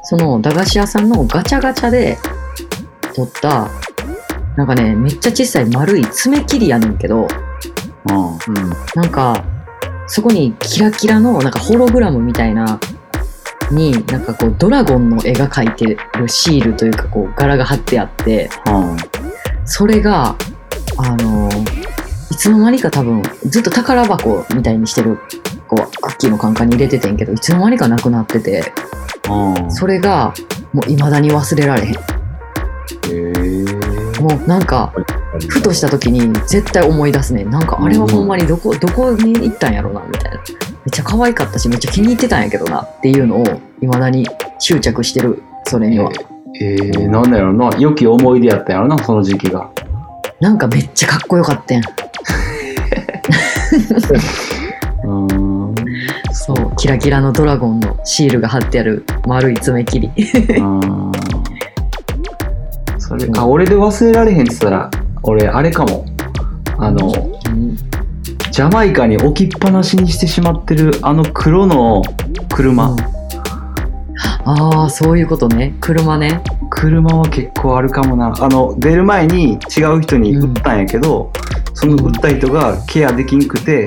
S2: その駄菓子屋さんのガチャガチャで取ったなんかねめっちゃ小さい丸い爪切りやねんけど
S3: うん。
S4: うん
S2: なんかそこにキラキラのなんかホログラムみたいなになんかこうドラゴンの絵が描いてるシールというかこう柄が貼ってあって
S3: は
S2: それがあのいつの間にか多分ずっと宝箱みたいにしてるこうクッキーのカンカンに入れててんけどいつの間にかなくなってて
S3: あ。はあ。
S2: それがもう未だに忘れられへん
S3: へえ。
S2: もうなんかふとした時に絶対思い出すねなんかあれはほんまにどこ、どこに行ったんやろなみたいなめっちゃ可愛かったしめっちゃ気に入ってたんやけどなっていうのを未だに執着してるそれには、
S3: えー、なんだろうな。良き思い出やったんやろな、その時期が。
S2: なんかめっちゃかっこよかったん
S3: うーん。
S2: そうキラキラのドラゴンのシールが貼ってある丸い爪切り
S3: あーそれあ俺で忘れられへんって言ったら俺あれかもあの
S2: うん
S3: ジャマイカに置きっぱなしにしてしまってるあの黒の車、
S2: うんああそういうことね車ね
S3: 車は結構あるかもなあの出る前に違う人に売ったんやけど、その売った人がケアできんくて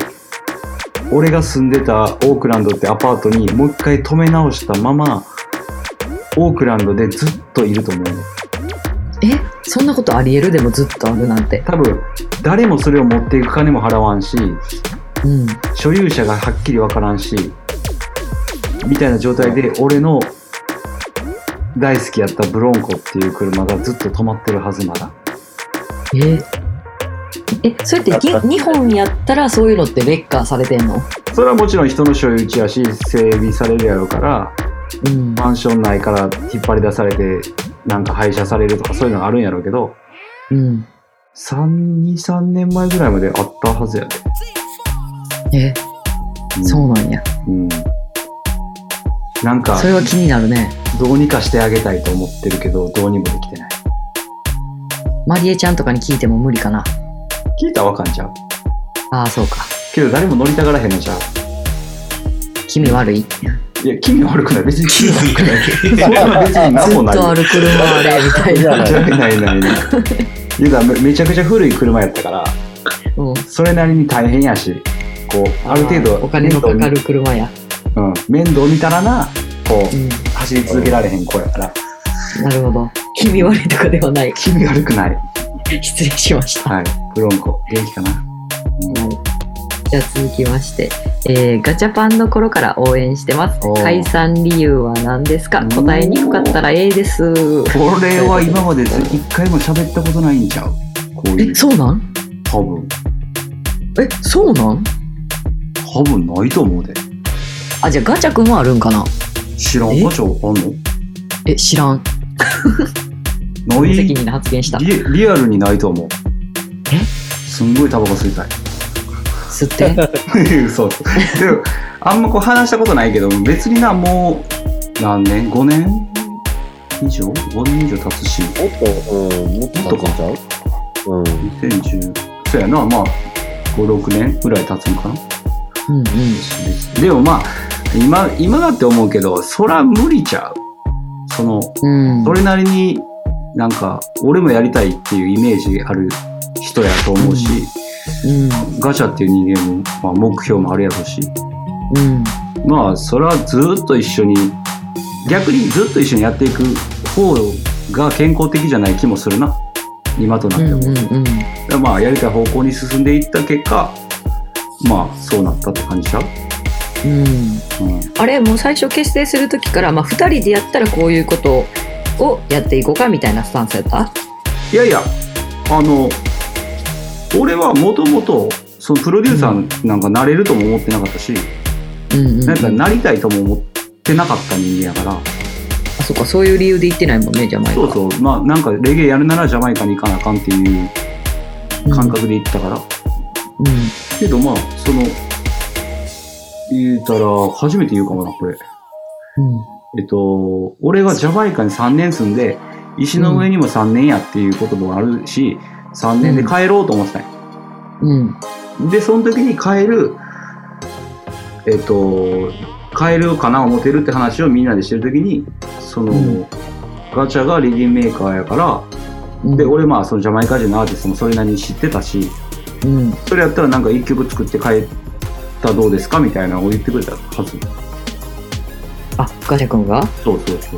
S3: 俺が住んでたオークランドってアパートにもう一回止め直したままオークランドでずっといると思うね
S2: えそんなことありえるでもずっとあるなんて
S3: 多分誰もそれを持っていく金も払わんし
S2: うん
S3: 所有者がはっきりわからんしみたいな状態で俺の大好きやったブロンコっていう車がずっと止まってるはずまだ
S2: ええそれってぎ日本やったらそういうのって劣化されてんの
S3: それはもちろん人の所有地やし整備されるやろうから
S2: うん
S3: マンション内から引っ張り出されてなんか廃車されるとかそういうのがあるんやろうけど
S2: うん
S3: 323年前ぐらいまであったはずやで、
S2: え
S3: うん
S2: そうなんや
S3: うんなんか
S2: それは気になるね
S3: どうにかしてあげたいと思ってるけどどうにもできてない
S2: マリエちゃんとかに聞いても無理かな
S3: 聞いたらわかんちゃう
S2: ああそうか
S3: けど誰も乗りたがらへんのじゃう
S2: 気味悪い
S3: いや気味悪くない別に気味悪くないそれは別に何
S2: ずっ
S3: もない
S2: とある車あれみたい
S4: いや
S2: な、
S4: る
S3: ないないないゆうためめちゃくちゃ古い車やったから
S2: うん、
S3: それなりに大変やしこうある程度
S2: お金のかかる車や、
S3: 面倒,、うん、面倒見たらなこ
S2: うん、
S3: う走り続けられへん子やから
S2: なるほど気味悪いとかではない
S3: 気味悪くない
S2: 失礼しました、
S3: はいブロンコ元気かな、うん
S2: じゃあ続きまして、えーガチャパンの頃から応援してます
S3: おー
S2: 解散理由は何ですか答えにくかったらええです
S3: これは今までず一回も喋ったことないんちゃうこうい
S2: え
S3: う
S2: そうなん
S3: 多分
S2: えそうなん
S3: 多分ないと思うで
S2: あじゃあガチャくんはあるんかな
S3: 知らん
S2: え
S3: ガチャあん
S2: え知らん
S3: の
S2: 無
S3: ない
S2: 責任な発言した
S3: リリアルにないと思う
S2: え
S3: すんごいタバコ吸いたい
S2: 吸って
S3: そうそうでもあんまこう話したことないけど別になもう何年5年以上5年以上経つし
S4: もっと、うん、もっと立つんちゃううん。
S3: 2010そうやなまあ56年ぐらい経つのかな
S2: うんうん
S3: でもまあ今今だって思うけどそら無理ちゃうその
S2: うん
S3: それなりになんか俺もやりたいっていうイメージある人やと思うし、
S2: うん
S3: ガチャっていう人間も、まあ、目標もあるやろうし
S2: うん
S3: まあそれはずっと一緒に逆にずっと一緒にやっていく方が健康的じゃない気もするな今となっ
S2: う
S3: ても、
S2: んうんうん
S3: だからまあやりたい方向に進んでいった結果まあそうなったって感じちゃう、
S2: うん
S3: うん、
S2: あれもう最初結成する時から、まあ、2人でやったらこういうことをやっていこうかみたいなスタンスやった
S3: いやいやあの俺はもともとそのプロデューサーなんかなれるとも思ってなかったし、
S2: うんうん
S3: なんかなりたいとも思ってなかった人間やから、
S2: あそっかそういう理由で言ってないもんねジャマイカ
S3: そうそうまあなんかレゲエやるならジャマイカに行かなあかんっていう感覚で行ったか
S2: う
S3: ら、
S2: ん、うん
S3: けどまあその言うたら初めて言うかもなこ
S2: う
S3: れ
S2: ん
S3: えっと俺がジャマイカに3年住んで石の上にも3年やっていうこともあるし、3年で帰ろうと思ってたんよ
S2: うん
S3: で、その時に変える、えっと、変えるかな思ってるって話をみんなでしてる時に、その、
S2: うん
S3: ガチャがレディーメーカーやから、
S2: うん
S3: で、俺まあそのジャマイカ人のアーティストもそれなりに知ってたし、
S2: うん
S3: それやったらなんか一曲作って変えたらどうですかみたいなのを言ってくれたはず。
S2: あ、ガチャ君が
S3: そうそうそ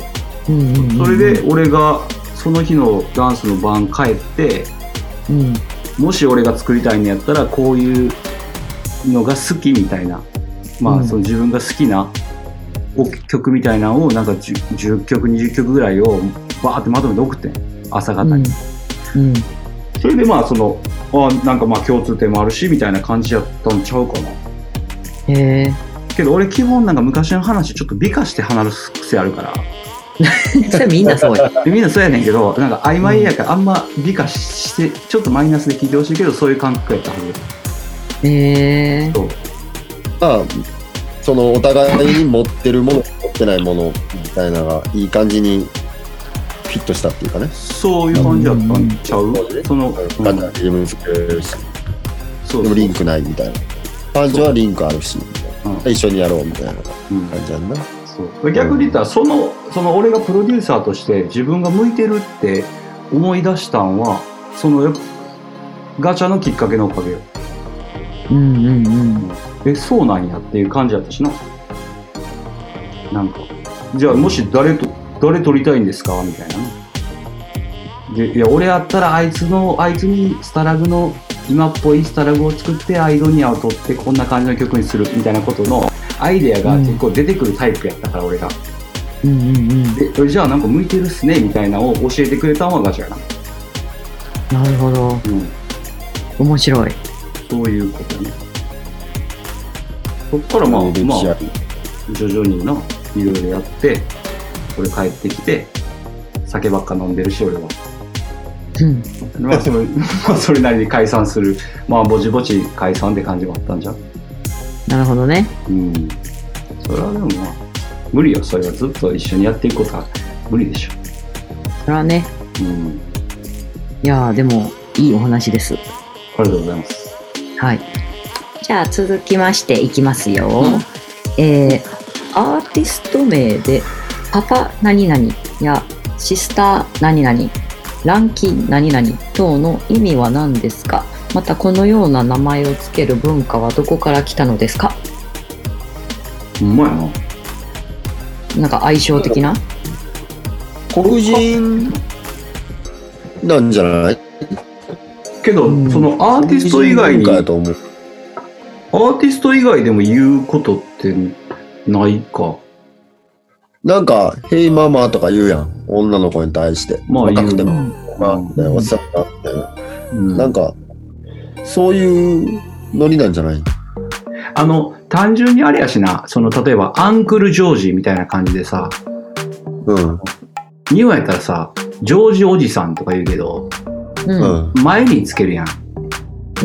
S2: う
S3: う。
S2: んうんうん。
S3: それで、俺がその日のダンスの晩帰って、
S2: うん。
S3: もし俺が作りたいんやったらこういうのが好きみたいなま
S2: うん
S3: あその自分が好きなお曲みたいなのをなんか 10, 10曲20曲ぐらいをバーってまとめて送ってん朝方に、
S2: うん。うん。
S3: それでまあそのあなんかまあ共通点もあるしみたいな感じやったんちゃうかな
S2: へえ。
S3: けど俺基本なんか昔の話ちょっと美化して話す癖あるから
S2: それみんなそうや。
S3: でみんなそうやねんけどなんか曖昧やからあんま美化してちょっとマイナスで聞いてほしいけどそういう感覚やったはず
S2: へえ。
S3: そう
S4: まあそのお互いに持ってるもの持ってないものみたいなのがいい感じにフィットしたっていうかね
S3: そういう感じだったんちゃう、
S4: うん
S3: その、
S4: ガチャリズム作るし
S3: そう
S4: で
S3: そ
S4: も
S3: う
S4: リンクないみたいな感じはリンクあるし
S3: うん
S4: 一緒にやろうみたいな感
S3: うん
S4: じやんな
S3: そう逆に言ったらそのその俺がプロデューサーとして自分が向いてるって思い出したんはそのやっぱガチャのきっかけのおかげよ
S2: うんうんうん。
S3: えそうなんやっていう感じだったしななんかじゃあもし誰と誰撮りたいんですかみたいなねでいや俺やったらあいつのあいつにスタラグの今っぽいスタラグを作ってアイドニアを撮ってこんな感じの曲にするみたいなことのアイデアが結構出てくるタイプやったから俺が、
S2: うんうんうん。
S3: でじゃあなんか向いてるっすねみたいなのを教えてくれたのはガチャやな、
S2: なるほど。
S3: うん、
S2: 面白い。
S3: そういうことねそっからまあ
S4: 歴
S3: ま
S4: 史あ
S3: あ
S4: る
S3: 徐々にないろいろやって俺帰ってきて酒ばっか飲んでるし俺は
S2: うん。
S3: まあそれまあそれなりに解散するまあぼちぼち解散って感じもあったんじゃん
S2: なるほどね。
S3: うんそれはでもまあ無理よそれはずっと一緒にやっていくことは無理でしょ
S2: それはね。
S3: うん
S2: いやー、でも、いいお話です。
S3: ありがとうございます
S2: はい。じゃあ、続きましていきますよ。えー、アーティスト名で、パパ何々やシスター何々、ランキ何々等の意味は何ですかまた、このような名前をつける文化はどこから来たのですか
S3: うまいな
S2: なんか相性的な
S4: 黒人なんじゃない
S3: けど、
S2: うん
S3: そのアーティスト以外に
S4: 黒人文化や
S3: ア
S4: と思う
S3: ーティスト以外でも言うことってないか
S4: なんか「ヘイママ」とか言うやん女の子に対して
S3: まあ
S4: 若くても
S2: うん
S4: 「まあみたいなおっさんみたいな
S3: うん
S4: なんかそういうノリなんじゃない
S3: あの、単純にあれやしな、その、例えば、アンクルジョージみたいな感じでさ、
S4: うん
S3: 日本やったらさ、ジョージおじさんとか言うけど、
S2: う。
S4: うんん
S3: 前につけるやん。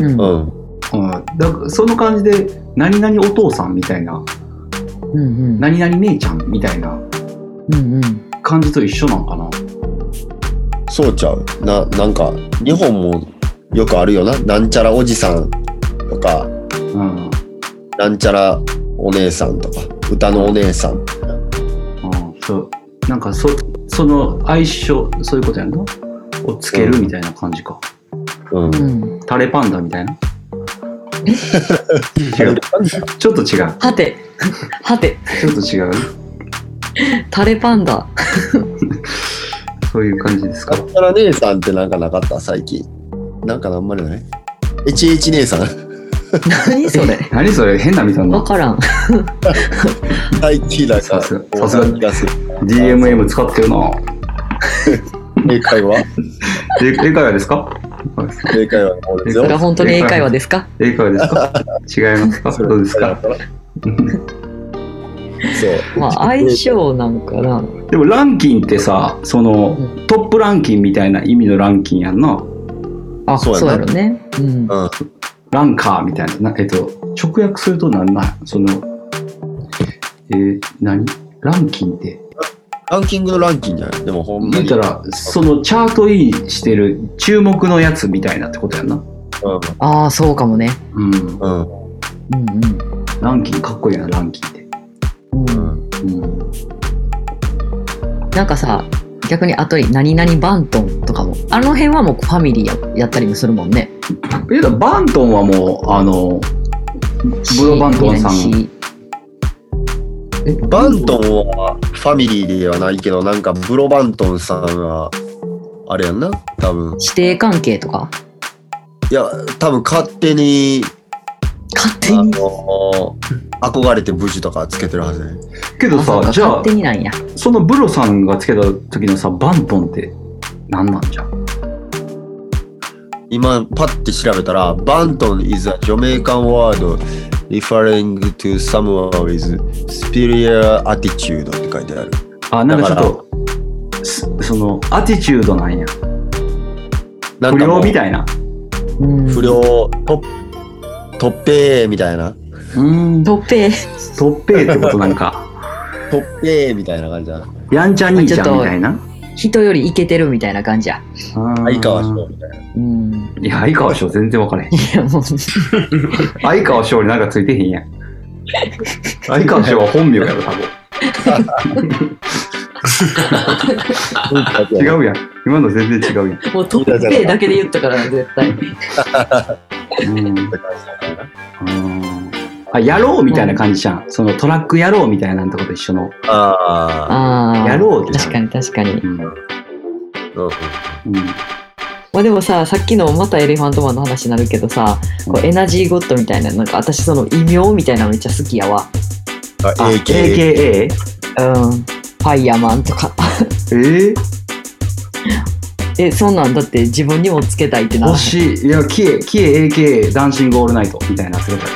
S2: うん。
S4: う
S2: うん
S4: ん
S3: うん。だからその感じで、何々お父さんみたいな、
S2: うん。
S3: 何々姉ちゃんみたいな
S2: うんうん。
S3: 感じと一緒なんかな。
S4: そうちゃうななんか日本もよくあるよななんちゃらおじさんとか
S3: うん。うん
S4: なんちゃらお姉さんとか歌のお姉さん
S3: そう。なんか、そ、その相性、そういうことやんのをつけるみたいな感じか。
S4: うん
S2: うん。
S3: タレパンダみたいな。違う。
S4: う
S3: ちょっと違う。
S2: はて、はて、
S3: ちょっと違う。
S2: タレパンダ。
S3: そういう感じですか。
S4: んちゃら姉さんってなんかなかった最近なんかあんまりないえちえち姉 さん
S2: 何それ。
S3: 何それ変なみたいな
S2: わ。からん。
S4: 最近なんか
S3: さすがさすが
S4: 出す
S3: DMM 使ってるな。
S4: 英会話
S3: え英会話ですか
S4: 英会話の方です
S2: そ
S4: よ
S2: れは本当に英会話ですか
S3: 英会話ですか違いますかどうです か
S4: そう
S2: まあ、相性なんかな。
S3: でもランキンってさ、その
S2: う
S3: トップランキンみたいな意味のランキンやんな。
S2: あ、
S4: そうやな
S2: そうやろね。うん。
S4: うん
S3: ランカーみたいな。なえっと、直訳するとなんなんその、えー何ランキンって。
S4: ランキングのランキンじゃないでもほんま
S3: 言っ
S4: に
S3: たら、そのチャートインしてる注目のやつみたいなってことやんな。
S4: う
S2: ああ、そうかもね。
S3: うん。
S4: ん
S2: うん
S3: ランキンかっこいいな、ランキンって。
S2: うん。う
S4: うん
S2: ん。
S3: うん。
S2: なんかさ、逆に後に何々バントンとかも。あの辺はもうファミリーややったりもするもんね。
S3: えだバントンはもう、あの、ブロバントンさん
S2: しえ
S4: バントンはファミリーではないけど、なんかブロバントンさんが、あれやんな多分。
S2: 師弟関係とか
S4: いや、多分勝手に、
S2: 勝手
S4: あ
S2: に。
S4: の憧れて武士とかつけてるはずね。
S3: けど
S2: あそう
S3: さ
S2: か
S3: じゃあ
S2: 勝手になんや。
S3: そのブロさんがつけた時のさバントンって何なんじゃん
S4: 今、パッて調べたら、バントン is a Jamaican word referring to someone with superior attitude って書いてある。
S3: あなんかちょっとすそのアティチュードなんや
S4: な
S3: 不
S4: んかも
S3: 良
S4: う
S3: みたいな
S2: うん
S4: 不。良、と、とっぺーみたいな。
S3: うーんと
S2: トッペ
S3: っぺーってことなん か
S4: とっぺーみたいな感じだな。
S3: やんちゃ兄ちゃんみたいな
S2: 人よりイケてるみたいな感じや。
S4: 相川
S3: 翔
S4: 翔みたいな。
S2: うん。
S3: いや相川翔全然分からへん
S2: いやもう、
S3: 相川翔になんかついてへんや ん相川翔は本名やろ多分違うやん今の全然違うやん
S2: もうトッペだけで言ったからな絶対。
S3: うんあやろうみたいな感じじゃんそのトラックやろうみたいなんとこと一緒の
S4: ああ。
S2: ああ。
S3: やろうってな
S2: 確かに確かに。
S3: うんうん
S4: うん
S2: まあでもさ、さっきのまたエレファントマンの話になるけどさ、こうエナジーゴッドみたいな、なんか私その異名みたいなのめっちゃ好きやわ。
S4: あ、
S3: あ
S4: AK。
S3: AKA?
S2: うん。ファイヤーマンとか。
S3: えー、
S2: え、そんなんだって自分にもつけたいってな。
S3: 欲しいいやキエキエ AKA ダンシングオールナイトみたいな姿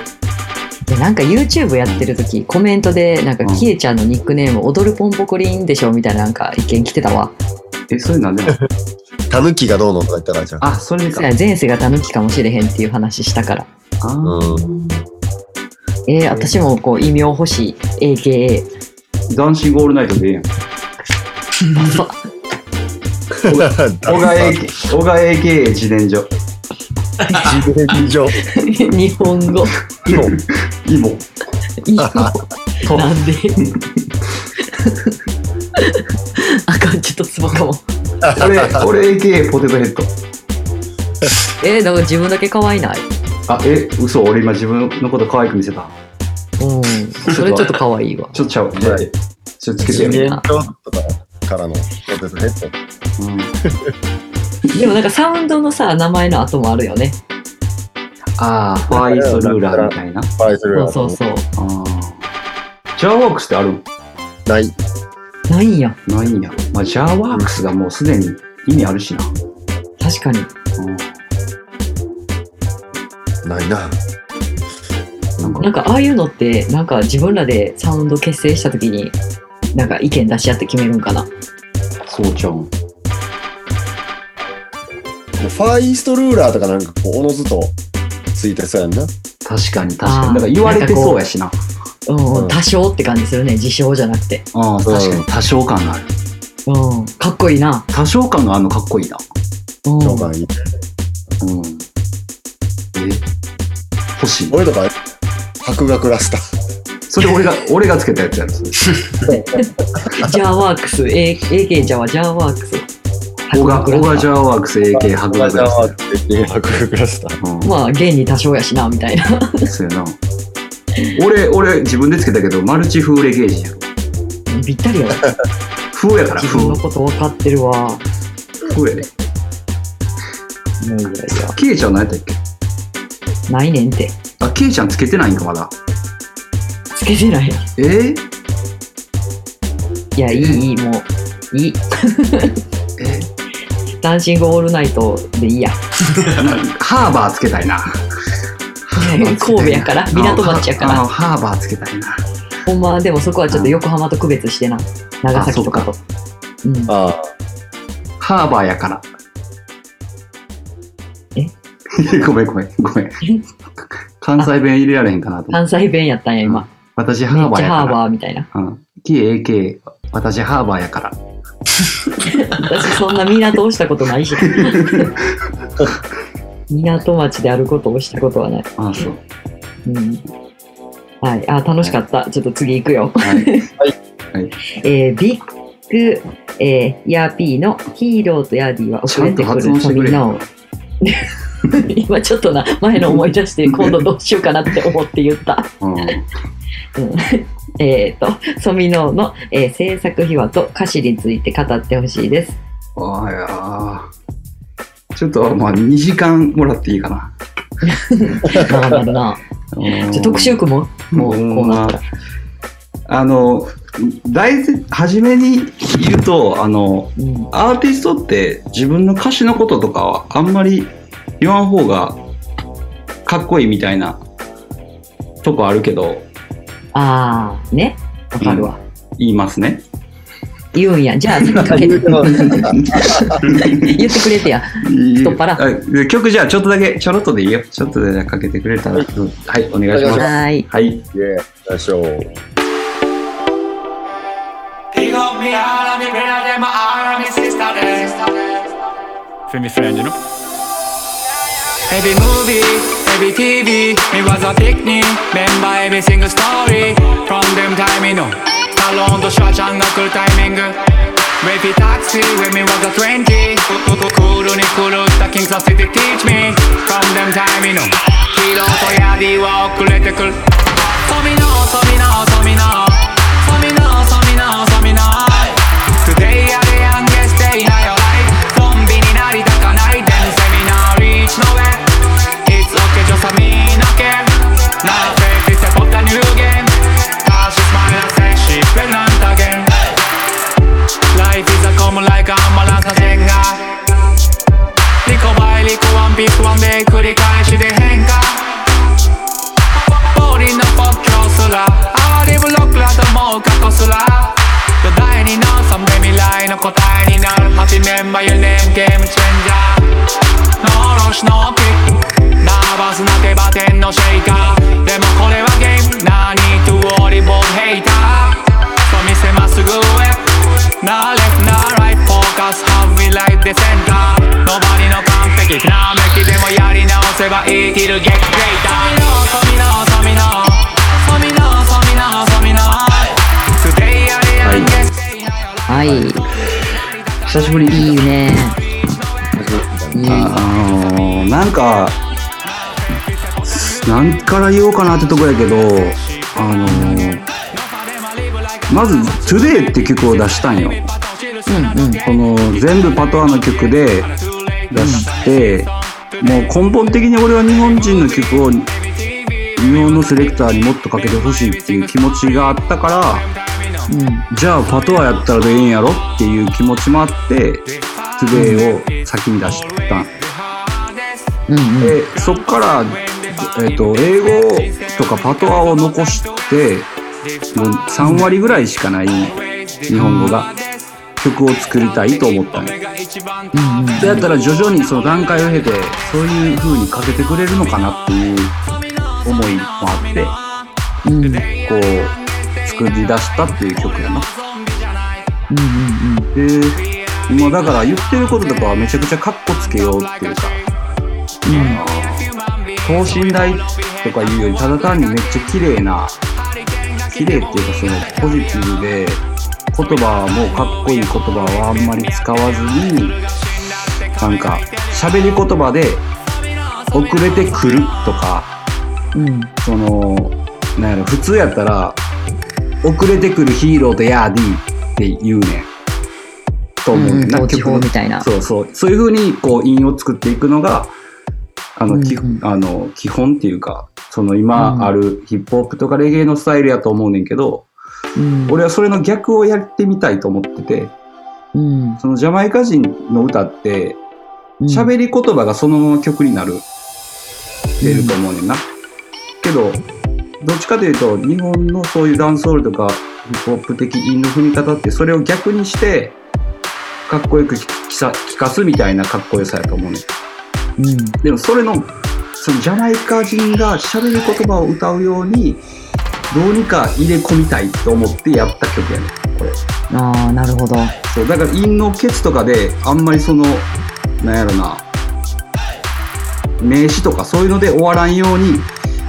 S2: でなんか YouTube やってる時コメントでなんか
S3: うん
S2: キエちゃんのニックネーム「踊るポンポコリン」でしょみたいななんか意見来てたわ
S3: えそういうのはでも
S4: たぬきがどうのとか言ったからじゃん。
S3: あそれで
S2: そ
S3: か
S2: りゃ前世がタヌキかもしれへんっていう話したから
S3: あ
S4: う
S3: ー
S2: えー、私もこう異名欲しい AKA
S3: ダンシングオールナイトでええやん
S2: ダサ
S3: 小川 AK 小川 AKA 自転所
S4: 自然 薯。
S2: 日本 語
S4: イ モ。
S3: イモ
S2: 異名なん であかんちょっとツボかも
S3: 俺俺 AKA ポテトヘッド
S2: えー、だから自分だけ可愛いない
S3: あえ嘘俺今自分のこと可愛く見せた
S2: うんそれちょっと可愛いわ
S3: ちょっとちゃう
S4: は
S3: ちょっとつけて
S4: 自
S3: よ
S4: 然薯とかからのポテトヘッド。
S3: うん
S2: でもなんかサウンドのさ名前の後もあるよね
S3: ああファーイーストルーラーみたいな
S4: ファイす
S2: そ
S4: る
S2: うそうそう
S3: あージャーワークスってあるん
S4: ない。
S2: ないんや
S3: ないんや、まあ、ジャーワークスがもうすでに意味あるしな、
S2: 確かに
S3: うん
S4: ないな。
S3: なん
S2: なん
S3: か
S2: かああいうのってなんか自分らでサウンド結成した時になんか意見出し合って決めるんかな
S3: そうちゃうん
S4: ファイストルーラーとかなんかこう、おのずとついてそうやんな。
S3: 確かに確
S2: あ
S3: か
S2: ー
S3: にだから言われてそうやしな
S2: うん、
S4: うん
S2: 多少って感じするね自称じゃなくて
S3: あー
S4: こう
S3: 確かに多少感がある
S2: うんかっこいいな
S3: 多少感があるのかっこいい
S2: う
S3: な
S2: ん
S4: そうか、いい。
S3: うんえ欲しい
S4: 俺とか、博学ラスター。
S3: それ俺が俺がつけたやつや ろそれ
S2: ジャーワークス A- AK じゃはジャーワークス
S3: 小が小がジャーワークス AK
S4: 博
S3: 博学ラス
S4: 学ラス
S3: タ
S4: ターって博学ラスター。
S3: ー
S2: まあ現に多少やしなみたいな
S3: うんそうやな俺俺自分でつけたけどマルチ風レゲージやろ
S2: ぴったりやわ
S3: 風やか ら
S2: 自
S3: 風
S2: 分のこと分かってるわも
S3: 風やで
S2: ういやいや
S3: ケイちゃん何やったっけ
S2: ないねんって
S3: あケイちゃんつけてないんかまだ
S2: つけてないや
S3: えー、
S2: いやいいいいもういい
S3: え
S2: ダンシングオールナイトで いいや
S3: ハーバーつけたいな。
S2: 神戸やから港町やから
S3: あのハーバーつけたいな。
S2: ほんまでもそこはちょっと横浜と区別してな長崎とかとうん
S4: ああ。
S3: ハーバーやから。え ごめんごめんごめん。関西弁入れられへんかなと思って。
S2: 関西弁やったんや今
S3: 私
S2: め
S3: ハー
S2: っ
S3: バ
S2: ち
S3: ー
S2: ゃ
S3: や
S2: ハ
S3: か
S2: ー
S3: ら。
S2: バーみたいな
S3: うん。KAK、私ハーバーやから。
S2: 私そんな港をしたことない し港町であることをしたことはない、
S3: あそう。
S2: うん、はいあ楽しかったちょっと次行くよ、
S3: はい。
S2: えー、ビッグ、えー、ヤーピーのヒーローとヤーディは
S3: ち
S2: 遅
S3: ゃ
S2: れ
S3: んと
S2: てく
S3: 発
S2: る
S3: 音してくれ
S2: 旅。の今ちょっとな 前の思い出して今度どうしようかなって思って言った
S3: うん。
S2: うん えー、と、ソミノーの、えー制作秘話と歌詞について語ってほしいです。
S3: ああ、いやーちょっと、まあ、2時間もらっていいかな。
S2: まあなる な。
S3: うん
S2: じゃあ特集組もうもうこうなったら。
S3: あの、大前、初めに言うと、あの、
S2: うん
S3: アーティストって自分の歌詞のこととかはあんまり言わん方がかっこいいみたいなとこあるけど、
S2: ああ、ね。わかるわ。
S3: 言いますね。
S2: 言うんや。じゃあ、先かけて言ってくれて や。太っ腹
S3: あで曲じゃあちょっとだけ、ちょろっとでいいよ。ちょっとでかけてくれたら。
S4: は
S3: はい、お願いします
S4: お願いしま。
S2: はーい。
S3: はい。
S4: Yeah, that's all.
S1: Digo mi ala, mi vera de ma ara, mi sister Every movie, every TV, me was a picnic. Remember every single story from them time me know. Salon to Shawshank knuckle timing. Rapey taxi when me was a 20. Kuru ni kuru ta Kings of City teach me from them time me know. Kilo to yadi wa okurete kuru. Somino, somino, somino. Somino, somino, somino. Today are the youngest day in your life コンビになりたかないでもセミナーリーチの上 It's okay じゃさみんなけ Now face is a pop the new game 歌詞 smile and sexy brilliant again Life is a come like a ambulance のジェンガリコバイリコワンピックワンで繰り返しで変化ボーリンのポッキョすらありブロックだと思う過去すら土台になるそんで未来の答えになる Happy member your name game changer ノーロシノーキックナーバスな手バテンのシェイカーでもこれはゲーム何 to worry about hater そう見せますぐ上 Now left now right focus have we like the center Nobody の完璧ひらめきでもやり直せば生きる劇データ Today
S2: はい。
S3: 久しぶりに
S2: いいね。いい
S3: あのーなんか、なんから言おうかなってとこやけど、あのーまず、Today って曲を出したんよ。
S2: うんうん。
S3: この全部パトワの曲で出して、もう根本的に俺は日本人の曲を日本のセレクターにもっとかけてほしいっていう気持ちがあったから、
S2: うん。
S3: じゃあパトワやったらでええんやろっていう気持ちもあって、Today を先に出したん。
S2: うんうん。
S3: でそっから、えっと英語とかパトワを残してもう3割ぐらいしかない日本語が曲を作りたいと思ったのそ
S2: うんうん。
S3: うやったら徐々にその段階を経てそういう風にかけてくれるのかなっていう思いもあって
S2: うんうんうん
S3: こう作り出したっていう曲やなでもうだから言ってることとかはめちゃくちゃカッコつけようっていうか等身大とかいうよりただ単にめっちゃ綺麗な綺麗っていうかそのポジティブで言葉もかっこいい言葉はあんまり使わずになんか喋り言葉で遅れてくるとか
S2: うんうん。
S3: そのなんやろ普通やったら遅れてくるヒーローとヤーディーって言うねんと思うねんな、
S2: うんうん統
S3: 曲の
S2: 治法みたいな
S3: そうそうそういう風にこう韻を作っていくのがあの、基
S2: うんうん
S3: あの基本っていうかその今あるヒップホップとかレゲエのスタイルやと思うねんけど、
S2: うん。
S3: 俺はそれの逆をやってみたいと思ってて
S2: うん。
S3: そのジャマイカ人の歌って
S2: る。
S3: 喋り言葉がそのまま曲になる、出ると思うねんな。けど、どっちかというと、日本のそういうダンスホールとか、ヒップホップ的韻の踏み方って、それを逆にして、かっこよく聞きさ聞かすみたいなかっこよさやと思うねん。
S2: うん。
S3: でも、それの、そのジャマイカ人が喋る言葉を歌うように、どうにか入れ込みたいと思ってやった曲やねん、これ。
S2: ああ、なるほど。
S3: そうだから陰のケツとかであんまりそのなんやろな名詞とかそういうので終わらんように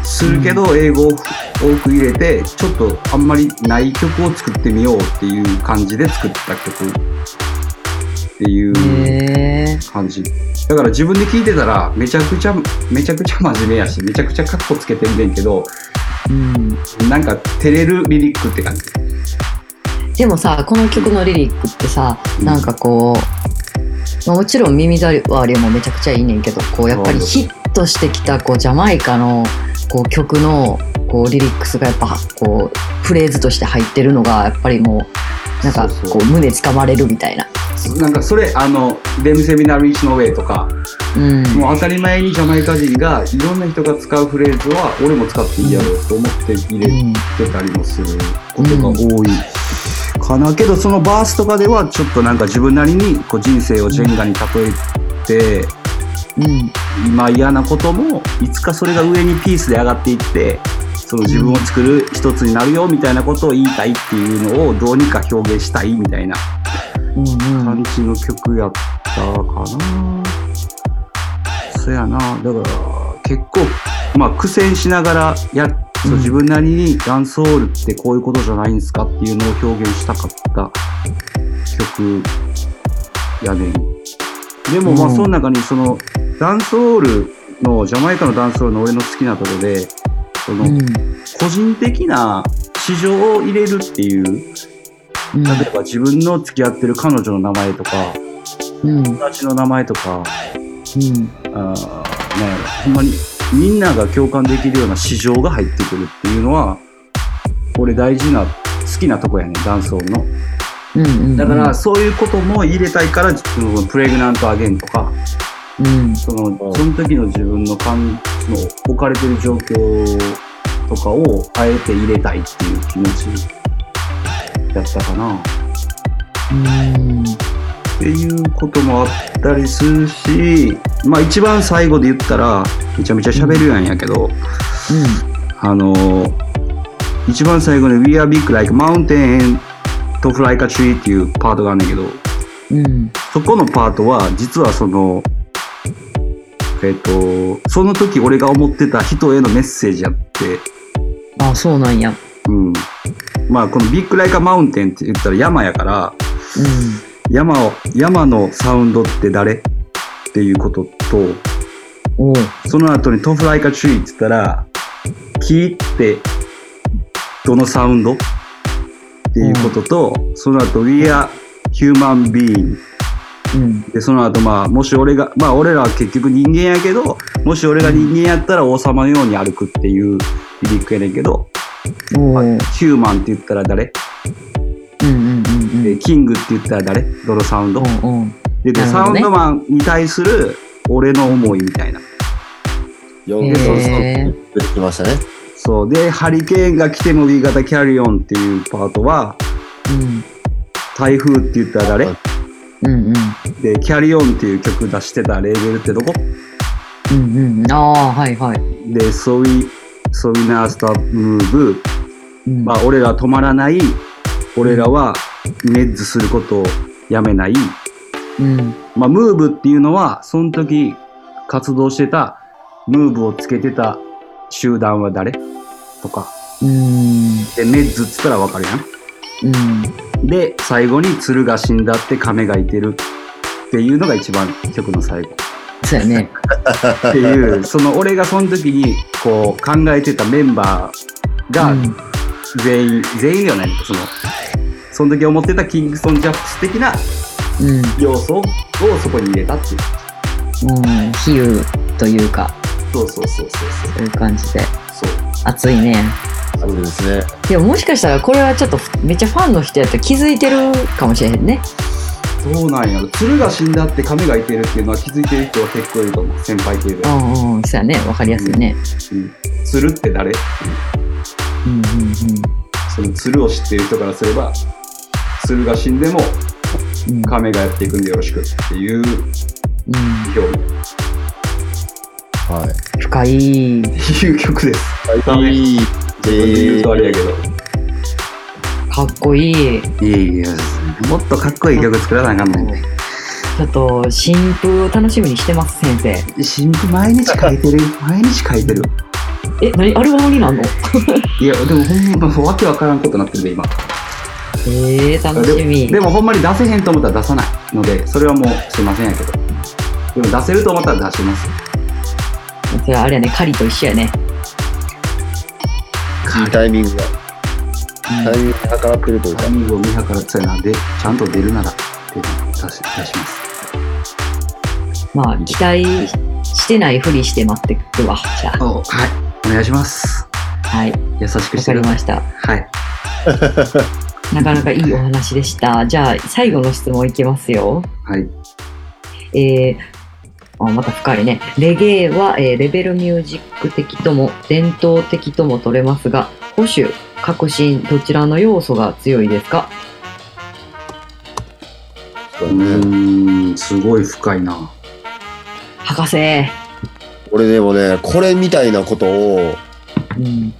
S3: するけど、英語を多く入れてちょっとあんまりない曲を作ってみようっていう感じで作った曲っていう
S2: へえ。
S3: 感じだから自分で聴いてたらめちゃくちゃめちゃくちゃ真面目やしめちゃくちゃカッコつけてんねんけど
S2: うん
S3: なんか照れるリリックって感じ。
S2: でもさこの曲のリリックってさなんかこう、まあもちろん耳障りもめちゃくちゃいいねんけどこうやっぱりヒットしてきたこうジャマイカのこう曲のこうリリックスがやっぱこうフレーズとして入ってるのがやっぱりもうなんか
S3: そうそ
S2: こ
S3: う
S2: う胸つかまれるみたいな。
S3: なんかそれ、あの、デムセミナーリーチのウェイとか、
S2: うん
S3: もう当たり前にジャマイカ人がいろんな人が使うフレーズは俺も使っていいやろうと思って入れ
S2: うん
S3: てたりもすることが多い。かなけどそのバースとかではちょっとなんか自分なりにこう人生をジェンガに例えて
S2: うん
S3: 今嫌なこともいつかそれが上にピースで上がっていってその自分を作る一つになるよみたいなことを言いたいっていうのをどうにか表現したいみたいな
S2: うんうん
S3: 感じの曲やったかな。そやな。だから、結構、まあ、苦戦しながらや、そう
S2: うん
S3: 自分なりにダンスホールってこういうことじゃないんですかっていうのを表現したかった曲やねん。でも、まあ、
S2: うん
S3: その中に、その、ダンスホールの、ジャマイカのダンスホールの俺の好きなところで、その、
S2: うん
S3: 個人的な市場を入れるっていう、
S2: うん
S3: 例えば自分の付き合ってる彼女の名前とか、
S2: うん
S3: 友達の名前とか、
S2: うん
S3: あーなんやろほんまにみんなが共感できるような市場が入ってくるっていうのは、俺大事な、好きなとこやねん、ダンスホールの。
S2: うんうん
S3: だから、そういうことも入れたいから、そのプレグナントアゲンとか、
S2: うん
S3: その、
S4: うん
S3: その時の自分の感の置かれてる状況とかを、あえて入れたいっていう気持ちやったかな。
S2: うん
S3: っていうこともあったりするし、まあ一番最後で言ったら、めちゃめちゃ喋るやんやけど、あの一番最後の We are big like mountain to fly a tree っていうパートがあるんだけど、
S2: うんうん
S3: そこのパートは実はその、えっ、と、その時俺が思ってた人へのメッセージやって、
S2: あそうなんや。
S3: うん。まあこの Big Like a Mountain って言ったら山やから、山を、山のサウンドって誰っていうことと、
S2: うんおう
S3: その後にトフライカチュイって言ったら、木ってどのサウンドっていうことと、その後 We are human being
S2: うん
S3: で、その後まあ、もし俺が、まあ俺らは結局人間やけど、もし俺が人間やったら王様のように歩くっていうリリックやねんけど、
S2: おう
S3: ヒューマンって言ったら誰
S2: うんうんうんうん
S3: で、キングって言ったら誰どのサウンド
S2: うんうん
S3: で、で
S2: なる
S3: サ
S2: ほど
S3: ウ
S2: ね
S3: ンドマンに対する俺の思いみたいな。
S4: 4
S2: へ
S4: 月
S2: ー
S4: 出てきましたね。
S3: そう。で、ハリケーンが来ても B 型キャリオンっていうパートは、
S2: うん
S3: 台風って言ったら誰
S2: うんうん
S3: で、キャリオンっていう曲出してたレーベルってどこ
S2: うんうんああはいはい。
S3: で、ソイ、ソイナースタムーブ、
S2: うん
S3: まあ、俺ら止まらない、俺らはネッズすることをやめない。
S2: うん
S3: まあ、ムーブっていうのは、その時活動してた、ムーブをつけてた集団は誰とか。
S2: うん
S3: で、ネッズっつったらわかるやん。
S2: うん
S3: で、最後に鶴が死んだって亀がいてるっていうのが一番曲の最後。
S2: そうやね。
S3: っていう、その俺がその時にこう考えてたメンバーが
S2: うん
S3: 全員、全員ではないのか、その、その時思ってたキングソン・ジャップス的な
S2: うん
S3: 要素をそこに入れたっていう。
S2: うん比喩というか
S3: そうそうそうそうそう。
S2: そういう感じで
S3: そう
S2: 熱いね。
S4: そうですね。
S2: でももしかしたらこれはちょっとめっちゃファンの人やったら気づいてるかもしれへんね。
S3: どうなんやろ。鶴が死んだって亀がいてるっていうのは気づいてる人は結構いると思う。先輩系で
S2: う。んうんそうやねわかりやすいね。
S3: うん鶴って誰
S2: うんうん
S3: その鶴を知っている人からすれば、鶴が死んでも
S2: うんうん
S3: 亀がやっていくんでよろしくっていう
S2: うん
S3: 表現。
S4: はい。
S2: 深い。
S3: っていう曲です。ダメ
S4: いい。
S3: 言うとあれや
S4: え
S3: けど。
S2: かっこいい。
S3: いやいや、もっとかっこいい曲作らなあかんないね。
S2: ちょっと新風を楽しみにしてます先生。
S3: 新譜毎日書いてる。毎日書いてる。
S2: え何アルバムになんの？
S3: いや、でもほんま、わけわからんことになってるで、今。
S2: えー、楽しみ。
S3: でもほんまに出せへんと思ったら出さないので、それはもうすいませんやけど。でも出せると思ったら出します。
S2: それはあれやね、狩りと一緒やね。
S4: いいタイミングが。タイミングが計らってるというか
S3: タイ。ミングを見計らってたよなで、ちゃんと出るなら出させ出します。
S2: まあ、期待してないふりして待ってくわ。じゃあ、
S3: おはい。お願いします。
S2: はい。わ
S3: 優しくし
S2: か
S3: て
S2: り
S3: る。
S2: ました。
S3: はい。
S2: なかなかいいお話でした。じゃあ、最後の質問いきますよ。
S3: はい。
S2: えーあまた深いね。レゲエは、えーレベルミュージック的とも伝統的とも取れますが、保守、革新、どちらの要素が強いですか
S4: そううね
S3: ーん、すごい深いな。
S2: 博士、
S4: 俺でもね、これみたいなことを
S2: うん、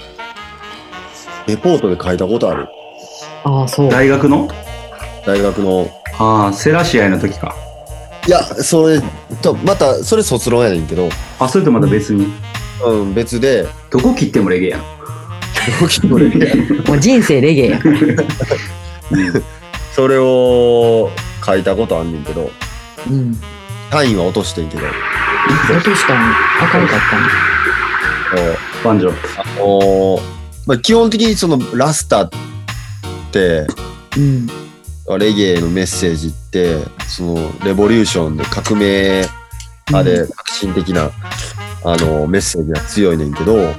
S4: レポートで書いたことある。
S2: ああ、そう。
S3: 大学の
S4: 大学の。
S3: ああ、セラ試合の時か。
S4: いや、それと、また、それ卒論やねんけど、
S3: あ、それとまた別に。
S4: うん、別で、
S3: どこ切ってもレゲエやん。
S4: 同期のレベルや
S2: もう人生レゲエ やから。
S4: それを書いたことあんねんけど、
S2: うん。
S4: 単位は落としてんけど、
S2: 落としたんあかんかったん
S3: バンジョ。
S4: あのーまあ、基本的にそのラスタって、
S2: うん。
S4: レゲエのメッセージって、そのレボリューションで革命派で革新的な、あのメッセージが強いねんけど、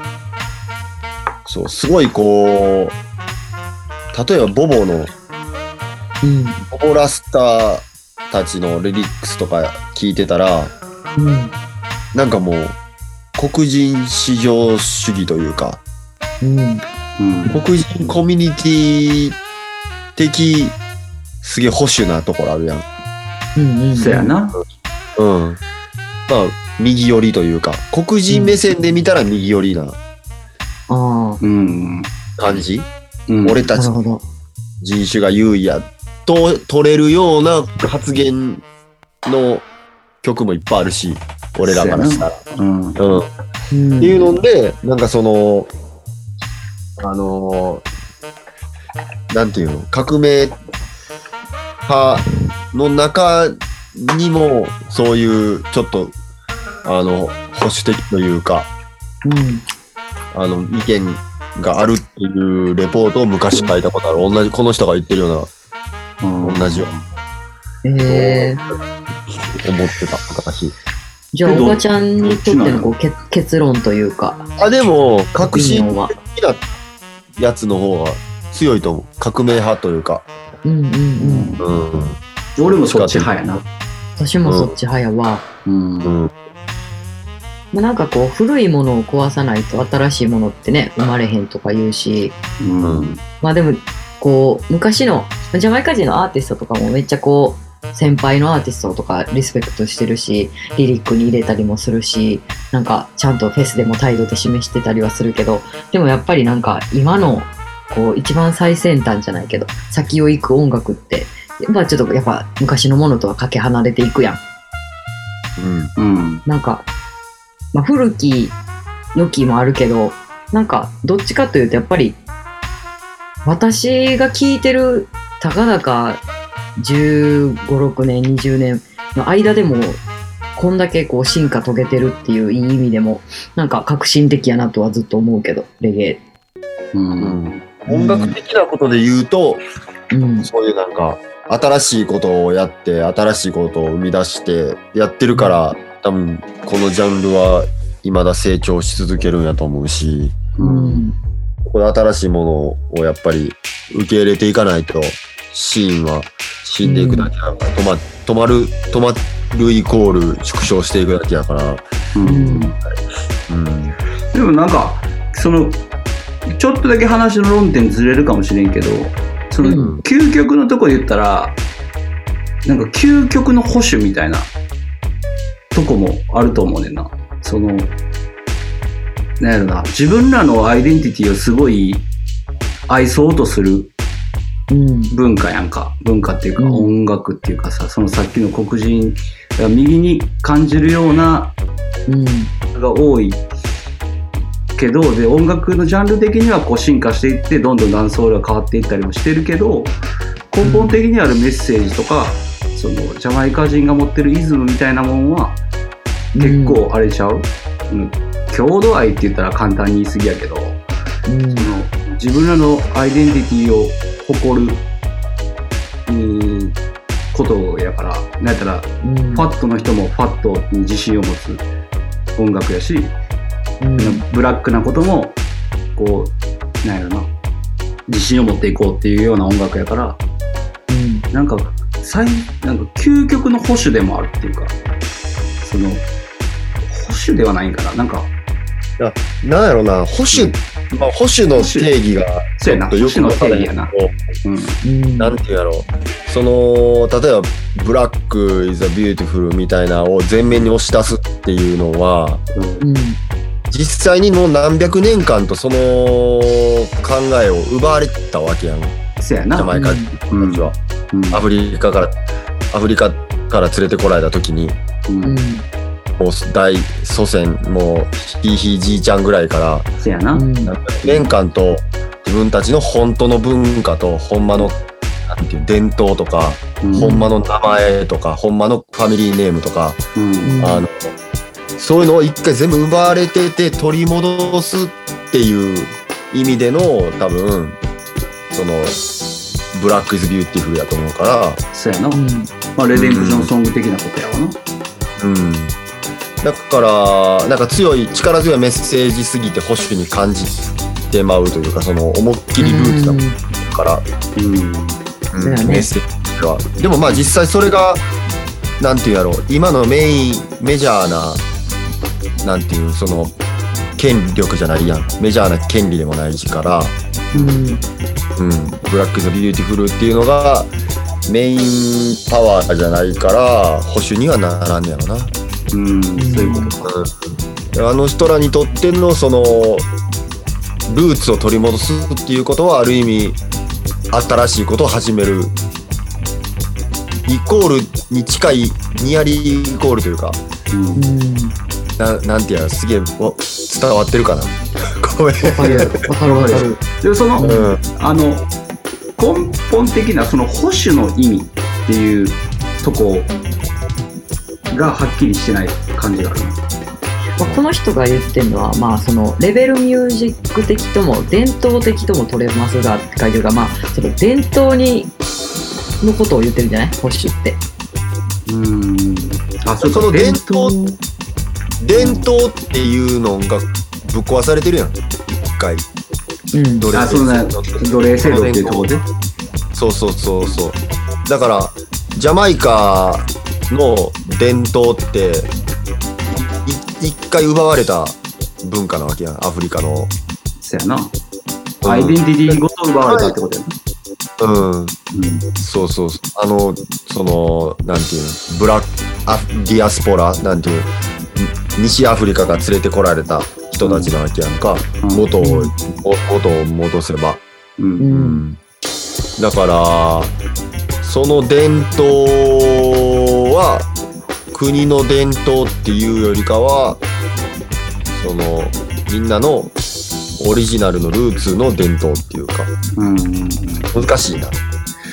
S4: そう、すごいこう、例えばボボの
S2: うん。
S4: ボボラスターたちのリリックスとか聞いてたら、
S2: うん。
S4: なんかもう、黒人至上主義というか、
S2: うん。
S3: うん。
S4: 黒人コミュニティ的、すげえ保守なところあるやん。
S2: うん。うん。
S3: そや。な。
S4: うん。まあ、右寄りというか、黒人目線で見たら右寄りな
S2: あ
S3: うん。
S4: 感じ、
S3: うん、
S4: 俺
S2: あ、
S4: た
S2: な
S4: ち
S2: るほど。
S4: 人種が優位や、と取れるような発言の曲もいっぱいあるし、俺らからしたら。
S3: うん。
S4: うん。
S2: うん。
S4: っていうので、なんかその、あのーなんていうの、革命派の中にも、そういうちょっと、あの、保守的というか、
S2: うん。
S4: あの、意見があるっていうレポートを昔書いたことある。同じ、この人が言ってるよ
S3: うん
S4: 同じよ
S2: えー、
S4: うな思ってた、昔。
S2: じゃあ、
S3: けど
S2: おばちゃんにとってのこうけ結論というか、
S4: あ、でも、革
S2: 国
S4: 新
S2: 論は。
S4: 的なやつの方が強いと思う。革命派というか。
S2: うんうん
S3: う
S2: うん。
S3: ん
S4: うん。
S3: 俺もそっち派やな。
S2: 私もそっち早は、
S3: うん
S4: うん
S2: まあなんかこう古いものを壊さないと新しいものってね生まれへんとか言うし
S3: うん。
S2: まあでもこう昔のジャマイカ人のアーティストとかもめっちゃこう先輩のアーティストとかリスペクトしてるしリリックに入れたりもするしなんかちゃんとフェスでも態度で示してたりはするけどでもやっぱりなんか今のこう一番最先端じゃないけど先を行く音楽ってまあちょっとやっぱ昔のものとはかけ離れていくやん。
S4: うん。
S3: うん。
S2: なんか、まあ、古き良きもあるけど、なんか、どっちかというと、やっぱり、私が聞いてる、たかだか15、6年、20年の間でも、こんだけこう進化遂げてるっていういい意味でも、なんか革新的やなとはずっと思うけど、レゲ
S3: うん。
S4: 音楽的なことで言うと、
S2: エ。うん。
S4: そういうなんか、新しいことをやって、新しいことを生み出して、やってるから、多分、このジャンルは、未だ成長し続けるんやと思うし、
S2: うん。
S4: この新しいものをやっぱり受け入れていかないと、シーンは死んでいくだけだから、止ま、止まる、止まるイコール縮小していくだけだから、
S3: うん。
S4: うん。
S3: でもなんか、その、ちょっとだけ話の論点ずれるかもしれんけど、そ
S4: うん
S3: の、究極のとこで言ったら、なんか究極の保守みたいなとこもあると思うねんな。その、なんやろな、自分らのアイデンティティをすごい愛そうとする
S2: うん。
S3: 文化やんか文化っていうか
S2: うん
S3: 音楽っていうかさ、そのさっきの黒人が右に感じるような
S2: うん。
S3: が多いけどで音楽のジャンル的にはこう進化していってどんどんダンスホールが変わっていったりもしてるけど根本的にあるメッセージとか、そのジャマイカ人が持ってるイズムみたいなもんは結構あれちゃう、うん、郷土愛って言ったら簡単に言い過ぎやけど。
S2: うん、
S3: その自分らのアイデンティティを誇る、うん、ことやから、なんやったら、
S2: うん
S3: ファットの人もファットに自信を持つ音楽やし、
S2: うん
S3: ブラックなことも、こう、なんやろな、自信を持っていこうっていうような音楽やから、
S2: うん
S3: なんか、最、なんか究極の保守でもあるっていうか、その、保守ではないんかな、なんか、
S4: なんやろな、保守、まあ、保守の定義が、
S3: そうやな、
S4: ちょ
S3: 保
S4: っとよく
S3: 守の
S4: わか
S3: 定
S4: ら
S3: 義
S4: へ
S3: や
S4: ん
S3: な。うん。
S2: うん
S4: なんていうんやろうその例えば「ブラック・イズ・ビューティフル」みたいなを全面に押し出すっていうのは
S3: うん
S2: うん
S4: 実際にもう何百年間とその考えを奪われたわけやんジ
S3: そうや
S4: ャ
S3: な。
S4: マイカ人
S3: うん
S4: たちは、
S3: うん
S4: アフリカからアフリカから連れてこられた時に
S3: うん
S2: うん
S4: もう大祖先もうひいひいじいちゃんぐらいから
S3: そうやな。
S2: うん
S4: 何百年間と自分たちの本当の文化とほんまのなんていう伝統とか
S3: うん
S4: ほんまの名前とか、ほんまのファミリーネームとか、
S3: うん
S4: あの、そういうのを一回全部奪われてて取り戻すっていう意味での、多分、その、ブラックイズビューティフルやと思うから、
S3: そうやな
S2: う。ん
S3: まあ、レデンプションソング的なことやわな。
S4: うん。だから、なんか強い、力強いメッセージすぎて保守に感じてまうというか、その、思いっきりルーツだもんから、
S3: うん。
S4: うん
S2: そうやね
S4: メッセージはでもまあ実際それがなんていうんやろう今のメインメジャーななんていうその権力じゃないやんメジャーな権利でもないしから、
S2: うん
S4: うん、ブラック・ザ・ビューティフルっていうのがメインパワーじゃないから保守にはならんねやろな、
S3: うん。そういうことか。
S4: うん、あの人らにとってのそのルーツを取り戻すっていうことはある意味新しいことを始めるイコールに近いニアリーイコールというか
S3: うん
S2: うん
S4: ななんていうのすげえわ伝わってるかな ごめん、
S2: わかるわかるわか る
S3: で、その、
S4: うん、
S3: あの、根本的なその保守の意味っていうとこがはっきりしてない感じがあるね。
S2: まあこの人が言ってるのは、まあ、そのレベルミュージック的とも伝統的とも取れますがって書いてるが、まあ、その伝統にのことを言ってるんじゃない保守って。
S3: うん。あ、そ
S4: そうの
S3: か
S4: 伝統伝統っていうのがぶっ壊されてるやん一回
S2: うん
S4: 奴
S3: あ、
S4: 隷制
S3: そう
S4: 度
S3: だ、奴隷制度っていうところで。
S4: そうそうそうそうだからジャマイカの伝統ってい一回奪われた文化なわけやんアフリカの、
S3: そうやな。アイデンティティごと奪われたってことやな。
S4: うん、
S3: うん。
S4: そうそうあのそのなんていうのブラックアフディアスポラなんていうん西アフリカが連れてこられた人たちなわけやんか、
S3: うん
S4: 元を元を戻せば
S3: うん。
S4: うんだからその伝統は国の伝統っていうよりかはそのみんなのオリジナルのルーツの伝統っていうか
S3: うん。
S4: 難しいな。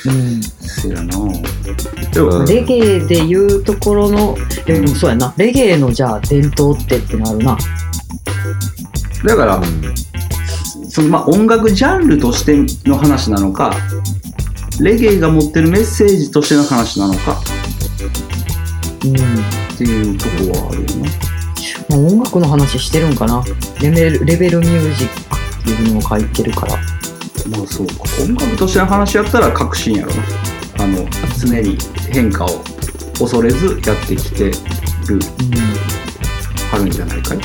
S2: うん
S3: そうやな。でも、
S4: うん
S2: レゲエで言うところの、えでもそうやな、レゲエのじゃあ伝統ってってなるな。
S3: だから、そのまあ音楽ジャンルとしての話なのか、レゲエが持ってるメッセージとしての話なのか
S2: うん
S3: っていうとこはあるよね。
S2: まあ、音楽の話してるんかなレベルレベルミュージックっていうのも書いてるから。
S3: まあそうか。音楽としての話やったら革新やろな。あの、常に変化を恐れずやってきてる、はるんじゃないかい。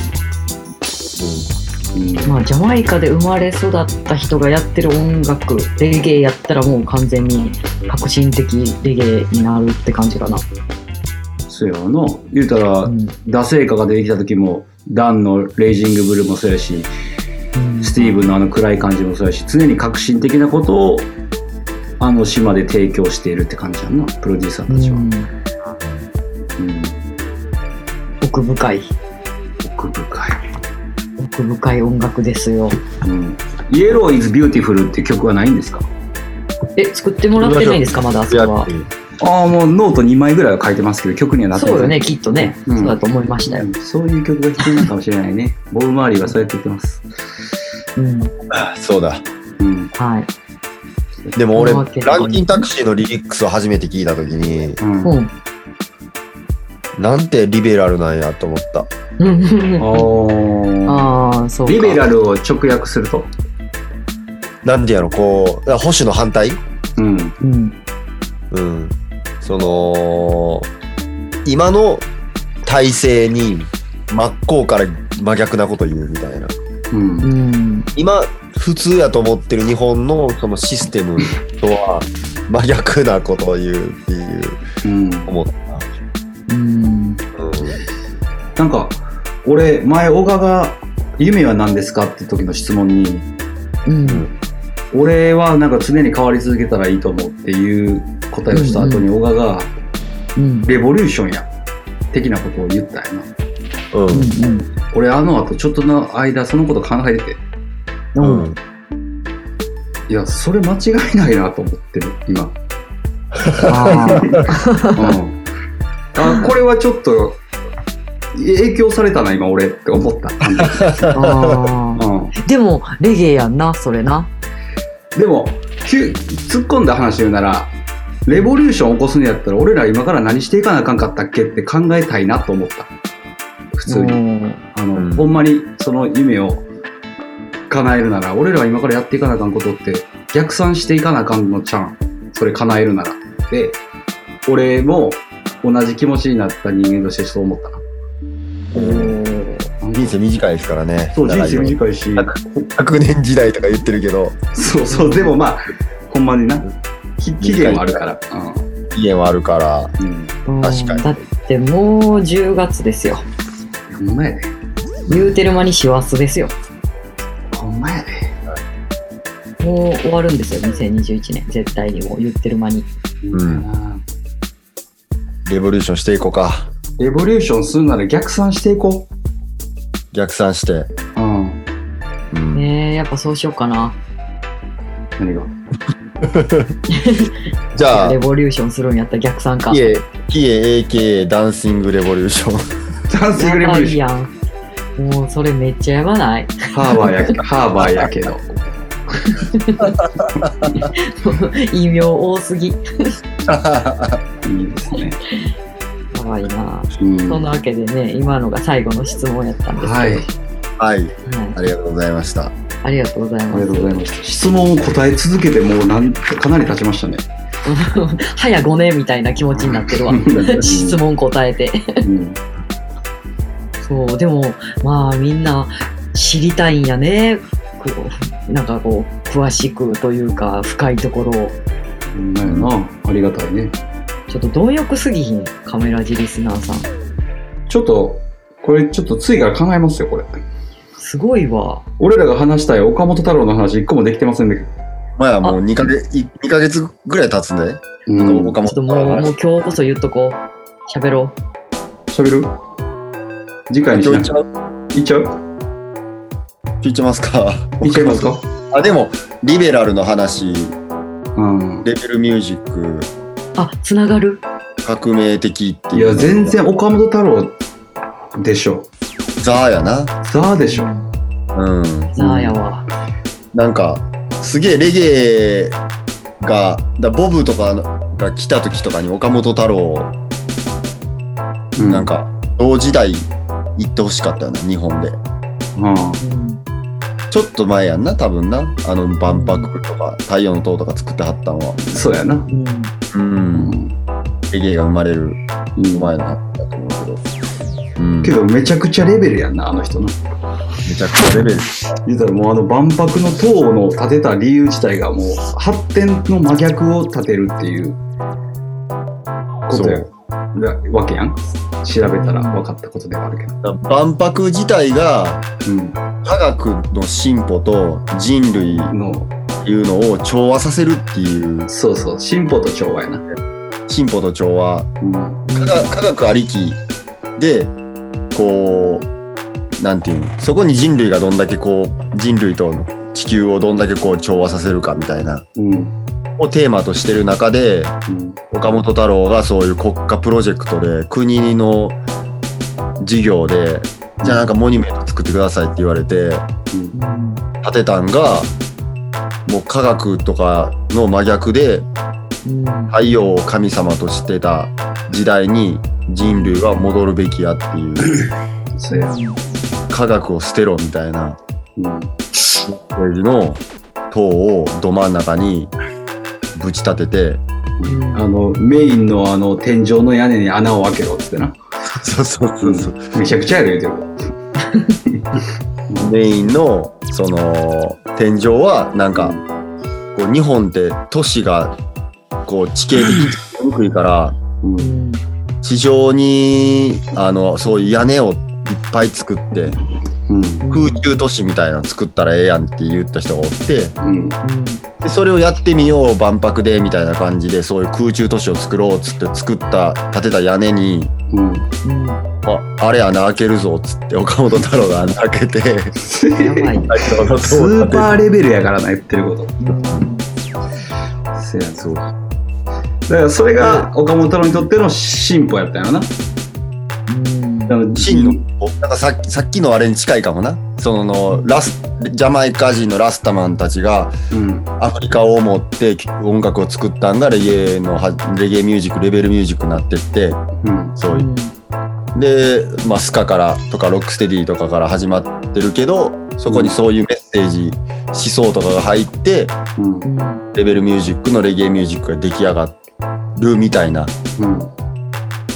S3: うん。
S2: まあ、ジャマイカで生まれ育った人がやってる音楽レゲエやったらもう完全に革新的レゲエになるって感じかな、
S3: そうやな。言うたら
S2: う、ん
S3: ダセイカが出てきた時も、ダンのレイジングブルーもそうやし、スティーブンのあの暗い感じもそうやし、常に革新的なことを、あの島で提供しているって感じやんな、プロデューサーたちは。
S2: うん
S3: うん。
S2: 奥深い
S3: 奥深い。
S2: 奥深い音楽ですよ
S3: うん。イエローイズビューティフルって曲はないんですか
S2: え作ってもらってないんですかまだあそこは
S3: ああ、もうノート2枚ぐらいは書いてますけど、曲にはなって
S2: そうよねきっとね、
S3: うん
S2: そうだと思いましたよ、
S3: うんそうい う曲が必要なのかもしれないね。ボブ周りはそうやって言ってます。
S2: うん
S4: そうだ
S3: うん。
S2: はい。
S4: でも俺、
S2: この訳
S4: ランキンタクシーのリリックスを初めて聞いたときに、
S3: うん。
S2: うん。
S4: なんてリベラルなんやと思った。
S2: うんうんうん
S3: おー
S2: ああ、そうか。
S3: リベラルを直訳すると。
S4: なんてやろ、こう、だから保守の反対
S3: うん。
S2: うん。
S4: うん。その、今の体制に真っ向から真逆なこと言うみたいな。
S3: うん
S2: う。ん。
S4: 今、普通やと思ってる日本のそのシステムとは真逆なことを言うっていう
S3: うん。
S4: 思った。
S2: うん。
S4: うん
S3: なんか、俺、前、小川が、夢は何ですかって時の質問に、
S2: うん。
S3: 俺はなんか常に変わり続けたらいいと思うっていう答えをした後に、小川が、
S2: うん。
S3: レボリューションや、的なことを言ったんやな。
S4: う
S2: うんん。
S3: 俺、あの後、ちょっとの間、そのこと考えてて、
S2: うん。
S4: うん
S3: いや、それ間違いないなと思ってる、今。
S2: あ
S3: うん、あこれはちょっと影響されたな今俺って思った、
S2: あ。ああ。
S3: う
S2: でも、レゲエやんな、それな。
S3: ん、でもきゅ突っ込んだ話言うならレボリューション起こすんやったら俺ら今から何していかなあかんかったっけって考えたいなと思った普通に、
S2: うん
S3: あの
S4: うん
S3: ほんまにその夢を叶えるなら俺らは今からやっていかなあかんことって逆算していかなあかんのちゃうんそれ叶えるならで俺も同じ気持ちになった人間としてそう思ったななんか
S4: 人生短いですからね。
S3: そう、人生
S4: い。
S3: 短いし。
S4: 100年時代とか言ってるけど、
S3: そうそう、でもまあ、ほんまにな。き期限はあるから。
S4: 期限はあるから、
S3: うん。
S2: うん
S4: 確かに
S2: だってもう10月ですよ。
S3: ほんまやで。
S2: 言うてる間に師走ですよ。
S3: ほんまやで。
S2: もう終わるんですよ、2021年。絶対にもう言ってる間に。
S3: うん。
S4: レボリューションしていこうか。
S3: レボリューションするなら逆算していこ
S4: 逆算して。
S3: う。うん。
S4: うん
S2: ねえ、やっぱそうしようかな。
S3: 何が
S4: じゃあ
S2: レ、ボリューションするんやったら逆算か。
S4: キエ、キエ AKA ダンシングレボリューシ ョン。
S3: ダンシングレボ
S2: やば
S3: リュー
S2: い
S3: ション。
S2: やん。もうそれめっちゃやばない。
S3: ハーバーやけど、ハーバーやけど。
S2: 異名多すぎ。
S3: いいですね。
S2: やばいな。
S3: うん。
S2: そんなわけでね、今のが最後の質問やったんですけど。
S3: はい。
S4: はい、
S2: はい
S4: ありがとうございました。
S2: ありがとうござい
S3: あ
S2: ま
S3: り
S2: す
S3: がとう。ございました。質問を答え続けてもうなんかなり経ちましたね。。
S2: 早5年みたいな気持ちになってるわ
S3: うん
S2: 質問答えて。
S3: うん
S2: そう、でも、まあみんな知りたいんやね。こうなんかこう、詳しくというか、深いところを。
S3: ほんまやな。ありがたいね。
S2: ちょっと貪欲すぎひん、カメラジリスナーさん。
S3: ちょっと、これちょっと次から考えますよ、これ。
S2: すごいわ。
S3: 俺らが話したい岡本太郎の話一個もできてませんね。
S4: まあもう2ヶ月、い二ヶ月ぐらい経つね。
S3: う
S4: あの
S3: ん
S4: 岡
S2: ちょっともう、もう今日こそ言っとこう。喋ろ
S3: 喋る次回にし
S4: 今日
S3: な
S4: 行っ
S3: い
S4: ちゃう
S3: 行っちゃう
S4: 行っちゃいますか。
S3: 行っちゃいますか
S4: あ、でも、リベラルの話、
S3: うん。
S4: レベルミュージック、
S2: う。あ、つながる。
S4: 革命的って
S3: い
S4: いう。
S3: や、全。然岡本太郎でしょ。
S4: ザーやな。
S3: ザーでしょ。
S4: うん。
S2: さあやわ。
S4: なんかすげえレゲエがだボブとかが来た時とかに岡本太郎、
S3: う
S4: なん。か同時代行ってほしかったよな日本で
S3: う
S2: うん
S4: ちょっと前やんな多分なあの万博とか太陽の塔とか作ってはったんは
S3: ん。そうやな。
S2: うん。
S4: う
S3: うんん。
S4: レゲエが生まれる
S3: うん
S4: 前の話だと思うけど、うん、め
S3: けどめちゃくちゃレベルやんな、あの人な。
S4: ちゃくちゃレベル
S3: 言うたらもうあの万博の塔の建てた理由自体がもう発展の真逆を立てるっていうことやだわけやん。調べたら分かったことではあるけど。
S4: だ万博自体が
S3: う
S4: 科学の進歩と人類
S3: ん。の、
S4: いうのを調和させるっていう
S3: そうそう、進歩と調和やな。
S4: 進歩と調和
S3: うん。
S4: 科学科学ありきでこうなんていうのそこに人類がどんだけこう人類と地球をどんだけこう調和させるかみたいな
S3: うん。
S4: をテーマとしてる中で
S3: うん。
S4: 岡本太郎がそういう国家プロジェクトで国の事業でじゃあなんかモニュメント作ってくださいって言われて
S3: うん
S2: うん
S4: 建てたんがもう科学とかの真逆で
S2: うん
S4: 太陽を神様としてた時代に人類は戻るべきやっていう
S3: そうや。
S4: 科学を捨てろみたいな
S3: うん。
S4: ページの塔をど真ん中にぶち立てて
S3: あの、メインのあの、天井の屋根に穴を開けろってな。
S4: そうそうそうそう
S3: めちゃくちゃやる言う
S4: メインのその天井はなんかこう日本って都市がこう地形的に低いから
S3: てる。
S2: うん
S4: 地上にあのそういう屋根をいっぱい作って
S3: うん。
S4: 空中都市みたいなの作ったらええやんって言った人がおって
S3: うん。うん。
S4: でそれをやってみよう万博でみたいな感じでそういう空中都市を作ろうっつって作った建てた屋根に
S3: うん。
S2: うん
S4: ああれ穴開けるぞっつって岡本太郎が穴開けて
S3: ス
S2: うんやばい。
S3: スーパーレベルやからな、言ってること。そうや、そう。だからそれが岡本太郎にとっての進歩やったんやろな。
S2: うん
S3: あの
S4: 真のなんかさっきさっきのあれに近いかもなそのラスジャマイカ人のラスタマンたちが
S3: うん。
S4: アフリカを持って音楽を作ったんがレゲエのはレゲエミュージックレベルミュージックになってって
S3: うん。
S4: そういうで、まあ、スカからとかロックステディとかから始まってるけどそこにそういうメッセージ思想とかが入って
S3: うん。
S2: うん
S4: レベルミュージックのレゲエミュージックが出来上がるみたいな
S3: うん。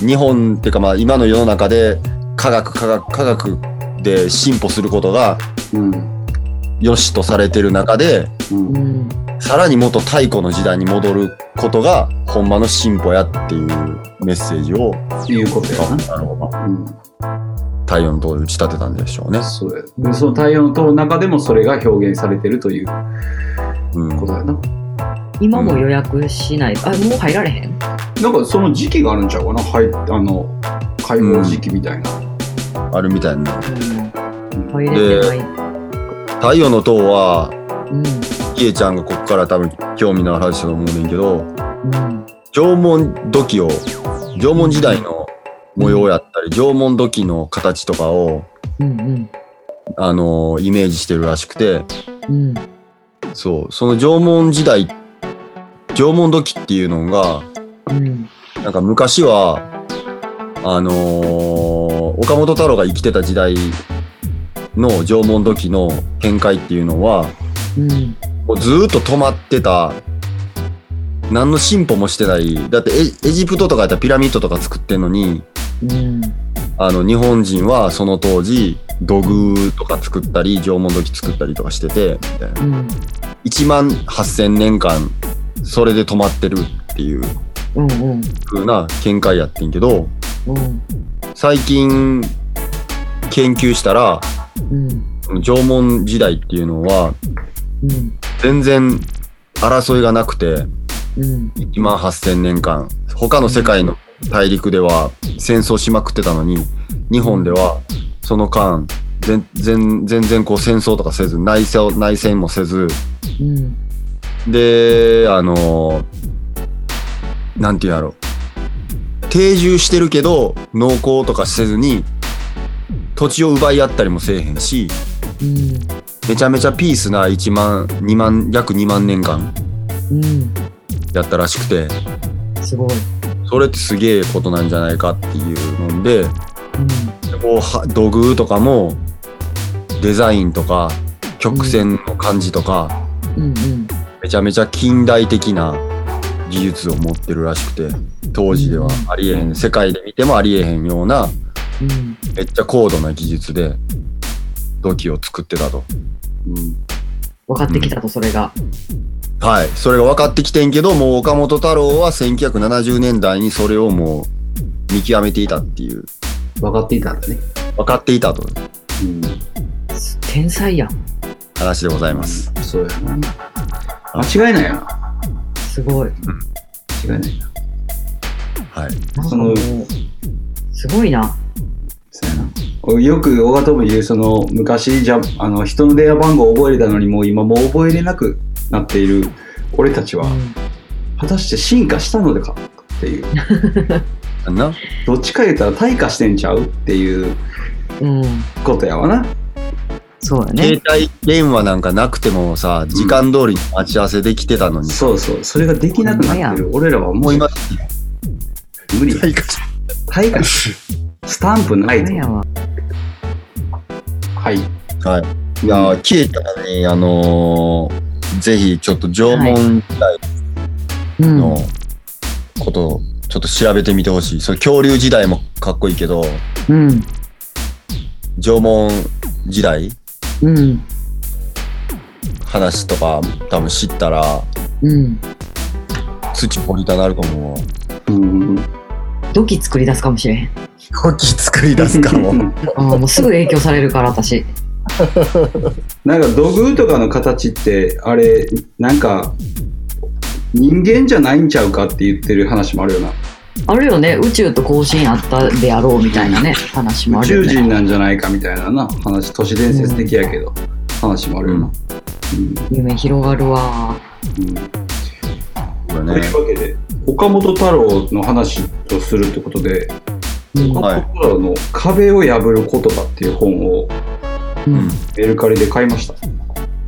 S4: 日本っていうかまあ今の世の中で科学科学科学で進歩することが
S3: うん。
S4: 良しとされてる中で
S3: うん。
S2: うん
S4: さらにもっと太古の時代に戻ることがほんまの進歩やっていうメッセージを
S3: いうことや
S4: あの
S3: な。うん。
S4: 太陽の塔で打ち立てたんでしょうね。
S3: そうや。で、その太陽の塔の中でもそれが表現されてるという
S4: うん
S3: ことやな。
S2: 今も予約しない。あ、もう入られへん
S3: なんかその時期があるんちゃうかな、はい、あの、開放時期みたいな。
S4: あるみたいな。
S3: う
S2: 入
S3: ん
S2: れてない。
S4: 太陽の塔は、
S2: うん。
S4: キエちゃんがここから多分興味のある話だと思うねんけど、
S2: うん
S4: 縄文土器を、縄文時代の模様やったり、縄文土器の形とかを、
S2: うんうん
S4: あのーイメージしてるらしくて、
S2: うん
S4: そう、その縄文時代、縄文土器っていうのが、
S2: うん
S4: なんか昔は、あのー岡本太郎が生きてた時代の縄文土器の見解っていうのは、
S2: うん
S4: もうずーっと止まってた、何の進歩もしてない。だってエエジプトとかやったらピラミッドとか作ってんのに、
S2: うん
S4: あの日本人はその当時、土偶とか作ったり、縄文土器作ったりとかしてて、みたいな。
S2: うん
S4: 1万8000年間、それで止まってるっていう
S2: うんうん
S4: 風な見解やってんけど、
S2: うん
S4: 最近研究したら、
S2: うん
S4: 縄文時代っていうのは、
S2: うん
S4: 全然争いがなくて、
S2: うん
S4: 1万8000年間他の世界の大陸では戦争しまくってたのに日本ではその間全全全然こう戦争とかせず内戦内戦もせず
S2: うん
S4: であのなんていうんやろ定住してるけど農耕とかせずに土地を奪い合ったりもせえへんし
S2: うん
S4: めちゃめちゃピースな1万2万約2万年間
S2: うん
S4: やったらしくて
S2: すごい。
S4: それってすげえことなんじゃないかっていうのでこうは土偶とかもデザインとか曲線の感じとか、
S2: うんうんうん
S4: めちゃめちゃ近代的な技術を持ってるらしくて当時ではありえへん、世界で見てもありえへんような
S2: うん
S4: めっちゃ高度な技術で土器を作ってたと。
S3: うん
S2: 分かってきたとそれが。
S4: はい。それが分かってきてんけど、もう岡本太郎は1970年代にそれをもう見極めていたっていう。
S3: 分かっていたんだね。
S4: 分かっていたという
S3: うん。
S2: 天才やん。
S4: 話でございます。
S3: そうやな。間違いないよな。
S2: すごい。
S3: 間違いないな。
S4: はい。
S2: なんかもうすごいな。
S3: そうやな。俺よく小とも言う、その、昔、じゃ、あの、人の電話番号を覚えれたのに、もう今もう覚えれなくなっている俺たちは、果たして進化したのでかっていう。
S4: あんな
S3: どっちか言ったら退化してんちゃうっていう
S2: うん。
S3: ことやわな。
S2: そうだね
S4: 携。帯電話なんかなくてもさ、時間通りに待ち合わせできてたのに、
S3: そうそう、それができなくなってる。俺らはも
S4: も
S3: う
S4: う
S3: 今
S4: 今、
S3: 無理。
S4: 退化し
S3: はい、スタンプない
S2: なん
S3: ぞ。
S2: やわ
S3: はい。
S4: はい。いやー、消えたらね、あのーぜひちょっと縄文時代
S2: うん。
S4: のことをちょっと調べてみてほしい。それ恐竜時代もかっこいいけど、
S2: うん。
S4: 縄文時代
S2: うん。
S4: 話とか多分知ったら、
S2: うん。
S4: 土掘りたなるかも。
S3: うん。
S2: 土器作り出すかもしれへん。
S4: こっち作り出すか も。
S2: ああ、もうすぐ影響されるから、私。
S3: なんか土偶とかの形って、あれ、なんか、人間じゃないんちゃうかって言ってる話もあるよな。
S2: あるよね、宇宙と交信あったであろうみたいなね、話もあ
S3: 宇
S2: るよ
S3: 宙人
S2: ね。
S3: なんじゃないかみたいなな話、都市伝説的やけど、話もあるよな。うん
S2: 夢広がるわ。
S3: うん
S4: これ
S3: と
S4: ね
S3: いうわけで、岡本太郎の話をするってことで、
S2: うん
S3: 岡
S4: はい
S3: 本太郎の「壁を破る言葉」っていう本を
S2: うん
S3: メルカリで買いました。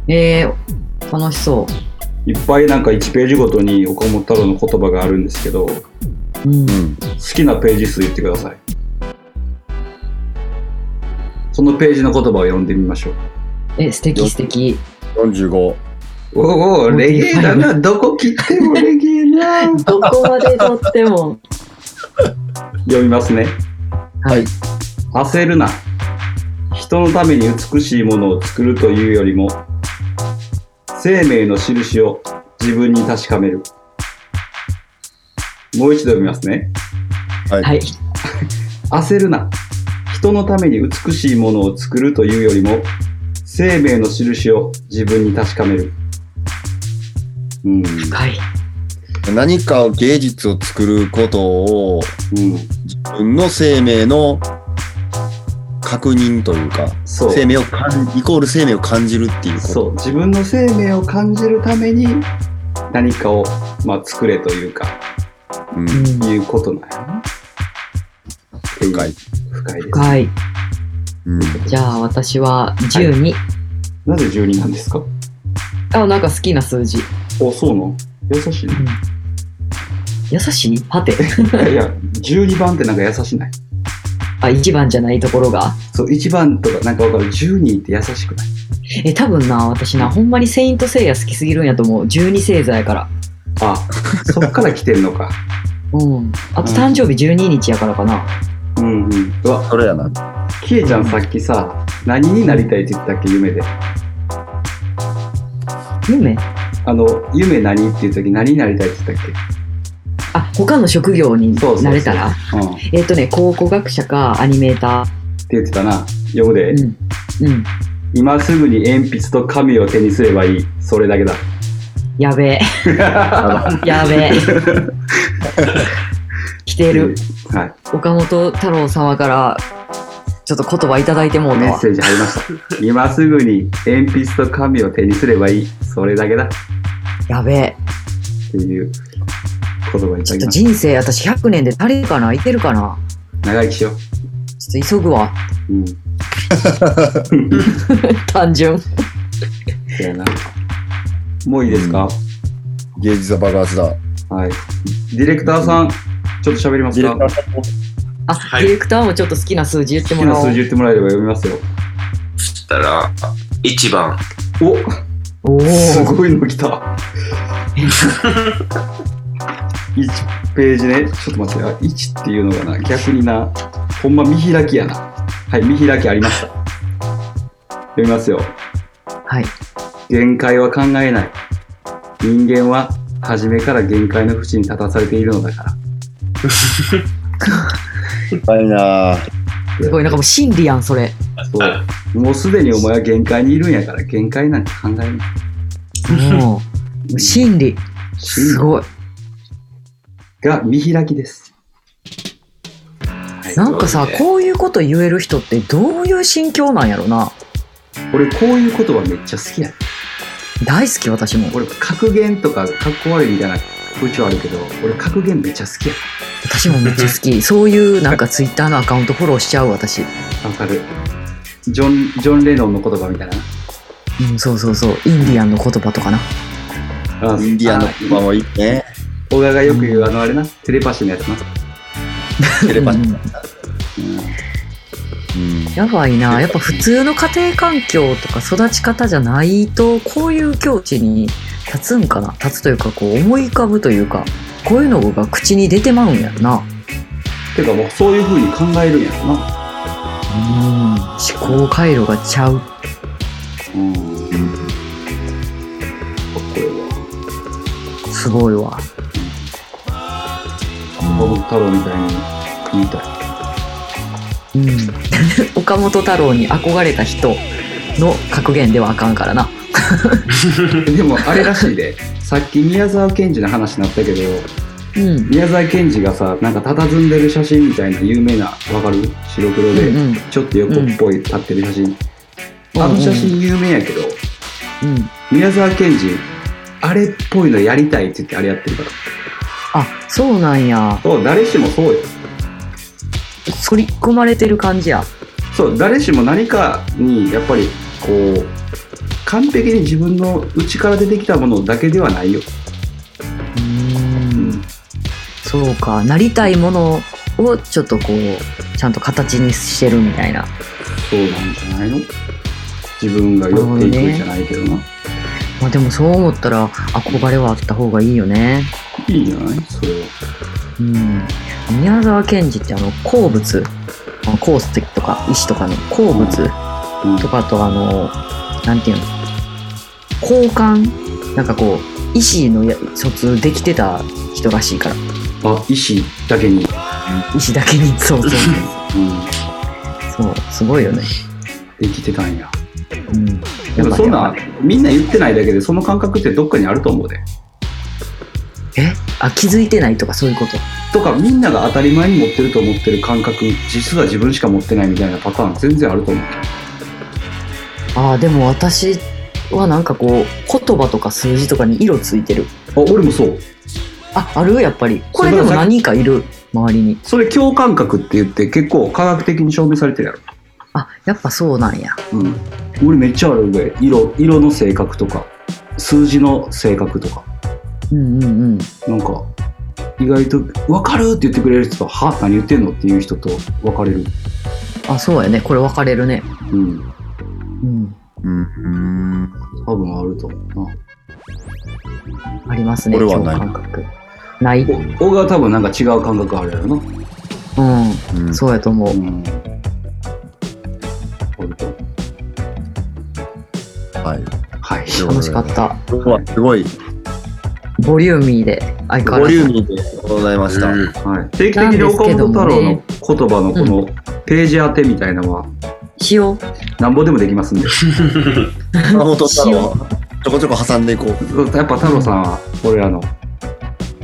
S2: えー、楽しそ
S3: いっぱいなんか1ページごとに岡本太郎の言葉があるんですけど、好
S2: う。うん
S4: う。ん。
S3: きなページ数言ってください。そのページの言葉を読んでみましょう。
S2: え、素敵素敵。
S4: 45。
S3: おお、レゲエだな、どこ切ってもレゲエな。
S2: どこまでとっても。
S3: 読みますね。
S2: はい。
S3: 焦るな。人のために美しいものを作るというよりも、生命の印を自分に確かめる。もう一度読みますね。
S2: はい。
S3: 焦るな。人のために美しいものを作るというよりも、生命の印を自分に確かめる。うん。う
S2: はい。
S4: 何かを芸術を作ることを
S3: ん。
S4: 自分の生命の確認というか
S3: そう。
S4: 生命を感イコール生命を感じるっていうこと
S3: そう。自分の生命を感じるために、何かを、まあ、作れというか、
S4: うん
S2: う、ん。
S3: いうことなんやな。
S4: 深い。、
S3: 深いです。
S2: 深い。
S4: うん、
S2: じゃあ私は12。
S3: なぜ12なんですか
S2: あ、なんか好きな数字。
S3: お、そうなの優しいね。
S2: 優しいはて。
S3: いやいや、12番ってなんか優しない。
S2: あ、1番じゃないところが。
S3: そう、1番とかなんかわかる。12って優しくない。
S2: え、多分な、私な、ほんまにセイントセイヤ好きすぎるんやと思う。12星座やから。
S3: あ、そっから来てんのか。
S2: うん。あと誕生日12日やからかな。
S3: うんうん。うわ、
S4: それやな
S3: キエちゃんさっきさ、何になりたいって言ってたっけ、夢で。
S2: 夢
S3: あの、夢何っていう時何になりたいって言ってたっ
S2: あ、他の職業に
S3: そうそうそう
S2: なれたら
S3: けうん。って
S2: えっ、とね、考古学者かアニメータ
S3: 言ってたな。読むで
S2: ー。う。ん。うん。
S3: 今すぐに鉛筆と紙を手にすればいい。それだけだ。
S2: や べえ。やべえ。来てる。
S3: はい。
S2: 岡本太郎様から、ちょっと言葉いただいてもうた
S3: メ
S2: わ
S3: ッ。セージ入りました。今すぐに鉛筆と紙を手にすればいい。それだけだ。
S2: やべえ。
S3: っていう言葉い
S2: ち
S3: た
S2: ょっ
S3: だき
S2: と
S3: まし
S2: 人生、私100年で足りるかないけるかな
S3: た。長生きしよ
S2: ちょっと急ぐわ。
S3: う。うん。
S2: 単純。
S3: そうやな。もういいですか、
S4: 芸術は爆発だ
S3: はい。ディレクターさん、ちょっと喋ります
S4: ディレ
S3: か
S4: クターさんも
S2: あ、
S5: はい
S2: ディレクターもちょっと好きな数字言って
S3: 好
S2: も
S3: きな
S2: らおう。
S3: 数字言ってもらえれば読みますよ。
S5: そしたら、1番。
S3: お
S2: おお。
S3: すごいの来 た。1ページね。ちょっと待って、あ1っていうのがな、逆にな、ほんま見開きやな。はい、見開きありました。読みますよ。
S2: はい。
S3: 限界は考えない。人間は初めから限界の淵に立たされているのだから。
S4: 深いなぁ
S2: すごい、なんかもう真理やん、それ。
S3: そう。もうすでにお前は限界にいるんやから、限界なんて考えない。
S2: もう、真理。すごい。
S3: が見開きです。
S2: なんかさ、こういうこと言える人ってどういう心境なんやろな。
S3: 俺こういう言葉めっちゃ好きやね
S2: 大好き、私も。
S3: 俺格言とかかっこ悪いみたいな風潮あるけど、俺格言めっちゃ好きやね
S2: 私もめっちゃ好き。そういうなんかツイッターのアカウントフォローしちゃう、私。
S3: わかる。ジョン、ジョン・レノンの言葉みたいな。
S2: うん、そうそうそう。インディアンの言葉とかな。
S3: あ
S4: インディアンの
S3: あ
S4: 言葉もいいね。
S3: 小川がよく言う、あの、あれな、テレパシーのやつな。
S4: テレパシー。
S2: うんやばいな。やっぱ普通の家庭環境とか育ち方じゃないと、こういう境地に立つんかな。立つというか、こう思い浮かぶというか、こういうのが口に出てまうんやろな。
S3: ていうかもう、そういう風に考えるんやろな。
S2: うん。思考回路がちゃう。
S3: うん。かっこいいわ。
S2: すごいわ。
S3: 岡本太郎みたいに言いたい。
S2: うん。岡本太郎に憧れた人の格言ではあかんからな。
S3: でもあれらしいでさっき宮沢賢治の話になったけど
S2: うん。うん
S3: 宮沢賢治がさなんか佇んでる写真みたいな有名なわかる白黒で、
S2: うん。
S3: ちょっと横っぽい立ってる写真、
S2: うん
S3: あの写真有名やけど、
S2: うん。
S3: 宮沢賢治あれっぽいのやりたいって言ってあれやってるから
S2: あ、そうなんや。
S3: そう誰しもそうよ
S2: 反り込まれてる感じや。
S3: そう誰しも何かにやっぱりこう完璧に自分の内から出てきたものだけではないよ、
S2: うん。そうか、なりたいものをちょっとこう、ちゃんと形にしてるみたいな。
S3: そうなんじゃないの自分が寄っていくんじゃないけどな
S2: まあでもそう思ったら憧れはあった方がいいよね。
S3: いいんじゃないそれは。
S2: うん。宮沢賢治ってあの鉱物、あの鉱石とか石とかの鉱物
S3: うん
S2: とかあとあの、なんていうの、交換なんかこう、石のや疎通できてた人らしいから。
S3: あ、意思だけに。
S2: 石だけに、そうそう
S3: うん。
S2: そう。すごいよね。
S3: できてたんや。
S2: うん。
S3: でもそんな
S2: やっぱやっ、
S3: みんな言ってないだけで、その感覚ってどっかにあると思うで。
S2: ぱえあ、気づいてないとかそういうこと。
S3: とか、みんなが当たり前に持ってると思ってる感覚、実は自分しか持ってないみたいなパターン、全然あると思う。
S2: ああでも私はなんかこう言葉とか数字とかに色ついてる
S3: あ、俺もそう。
S2: ああるやっぱりこれでも
S3: そうだからさっき
S2: 何人かいる周りに
S3: それ、共感覚って言って、結構科学的に証明されてるやろ。
S2: あやっぱそうなんや
S3: うん。俺めっちゃある上、色、色の性格とか、数字の性格とか、
S2: うんうんうん
S3: なんか、意外と、わかるって言ってくれる人と、は何言ってんのっていう人と分かれる。
S2: あそうやねこれ分かれるね
S3: うん。
S2: うん
S4: うん。うん。
S3: 多分あると思うな。
S2: ありますね
S4: 俺はない
S2: 共感覚ない
S3: お小川多分なんか違う感覚あるやろな。
S2: う
S4: うん
S2: んそうやと思う
S3: うん。あると思う
S4: はい。
S3: はい。
S2: 楽しかった
S4: 今日はすごい、
S2: ボリューミーで相変わ
S4: ボ
S2: ら
S4: リュ
S2: ず
S4: ーミーでございました。
S5: うん
S3: はい、定期的に岡本太郎の言葉のこのページ当てみたいなのは
S2: しよう
S3: なんぼでもできますんで、
S4: 山本太郎、ちょこちょこ挟んでいこう。
S3: やっぱ太郎さんは俺らの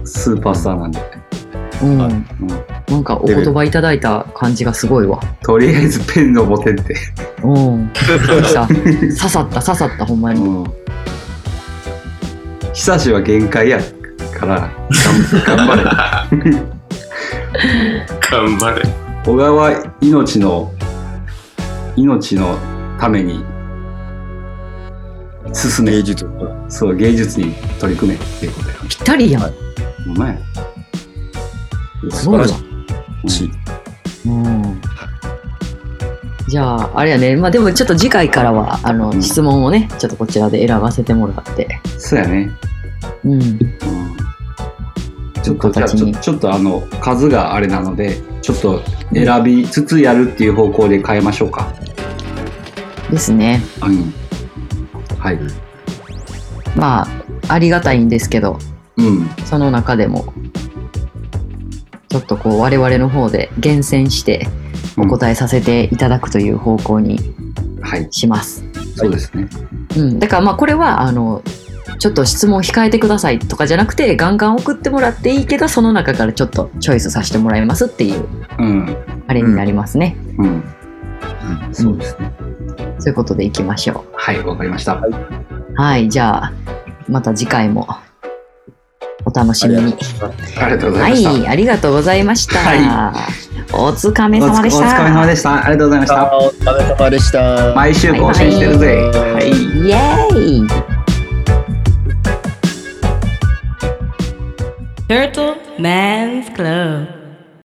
S3: スーパースターなんで、
S2: うん
S4: はい
S3: うん
S2: なんかお言葉いただいた感じがすごいわ
S3: とりあえずペンの持てって、
S2: うん刺さった刺さった刺さったほんまに
S3: うん、久しは限界やから頑頑張れ。
S5: 頑張れ。
S3: 小川命の命のために進め
S4: 芸術。
S3: そう芸術に取り組めっていうことや
S2: ぴったりやん
S3: うまい
S2: すごいわ
S4: し
S2: うんじゃあ、あれやね、まあでもちょっと次回からは、あの、
S3: うん
S2: 質問をね、ちょっとこちらで選ばせてもらって、
S3: そうやね、
S2: うん、
S3: うん、ちょっとじゃあ
S2: 形
S3: ちょ
S2: に
S3: ちょっとあの数があれなのでちょっと選びつつやるっていう方向で変えましょうか
S2: ですね。
S3: うんはい
S2: まあ、ありがたいんですけど、
S3: うん
S2: その中でも、ちょっとこう、我々の方で厳選して、お答えさせていただくという方向に
S3: はい
S2: します。
S3: そうですね
S2: うん、だからまあ、これは、あの、ちょっと質問控えてくださいとかじゃなくて、ガンガン送ってもらっていいけど、その中からちょっとチョイスさせてもらいますっていう、
S3: うん
S2: あれになりますね。
S3: うん、そうですね
S2: そういうことでいきましょ
S3: はいわかりました、
S2: う。はい、じゃあ、また次回もお楽しみに。
S3: ありがとうござ
S2: はい
S3: ました、
S2: い、ありがとうございました。
S3: は
S2: お疲れ
S3: お
S2: 様
S3: 疲
S2: で
S3: れ
S2: した。
S3: 様でした。ありがとうございました。
S4: お疲れ様でした。
S3: 毎週更新してるぜ。はい
S2: イエーイ
S6: Turtle Man's Club.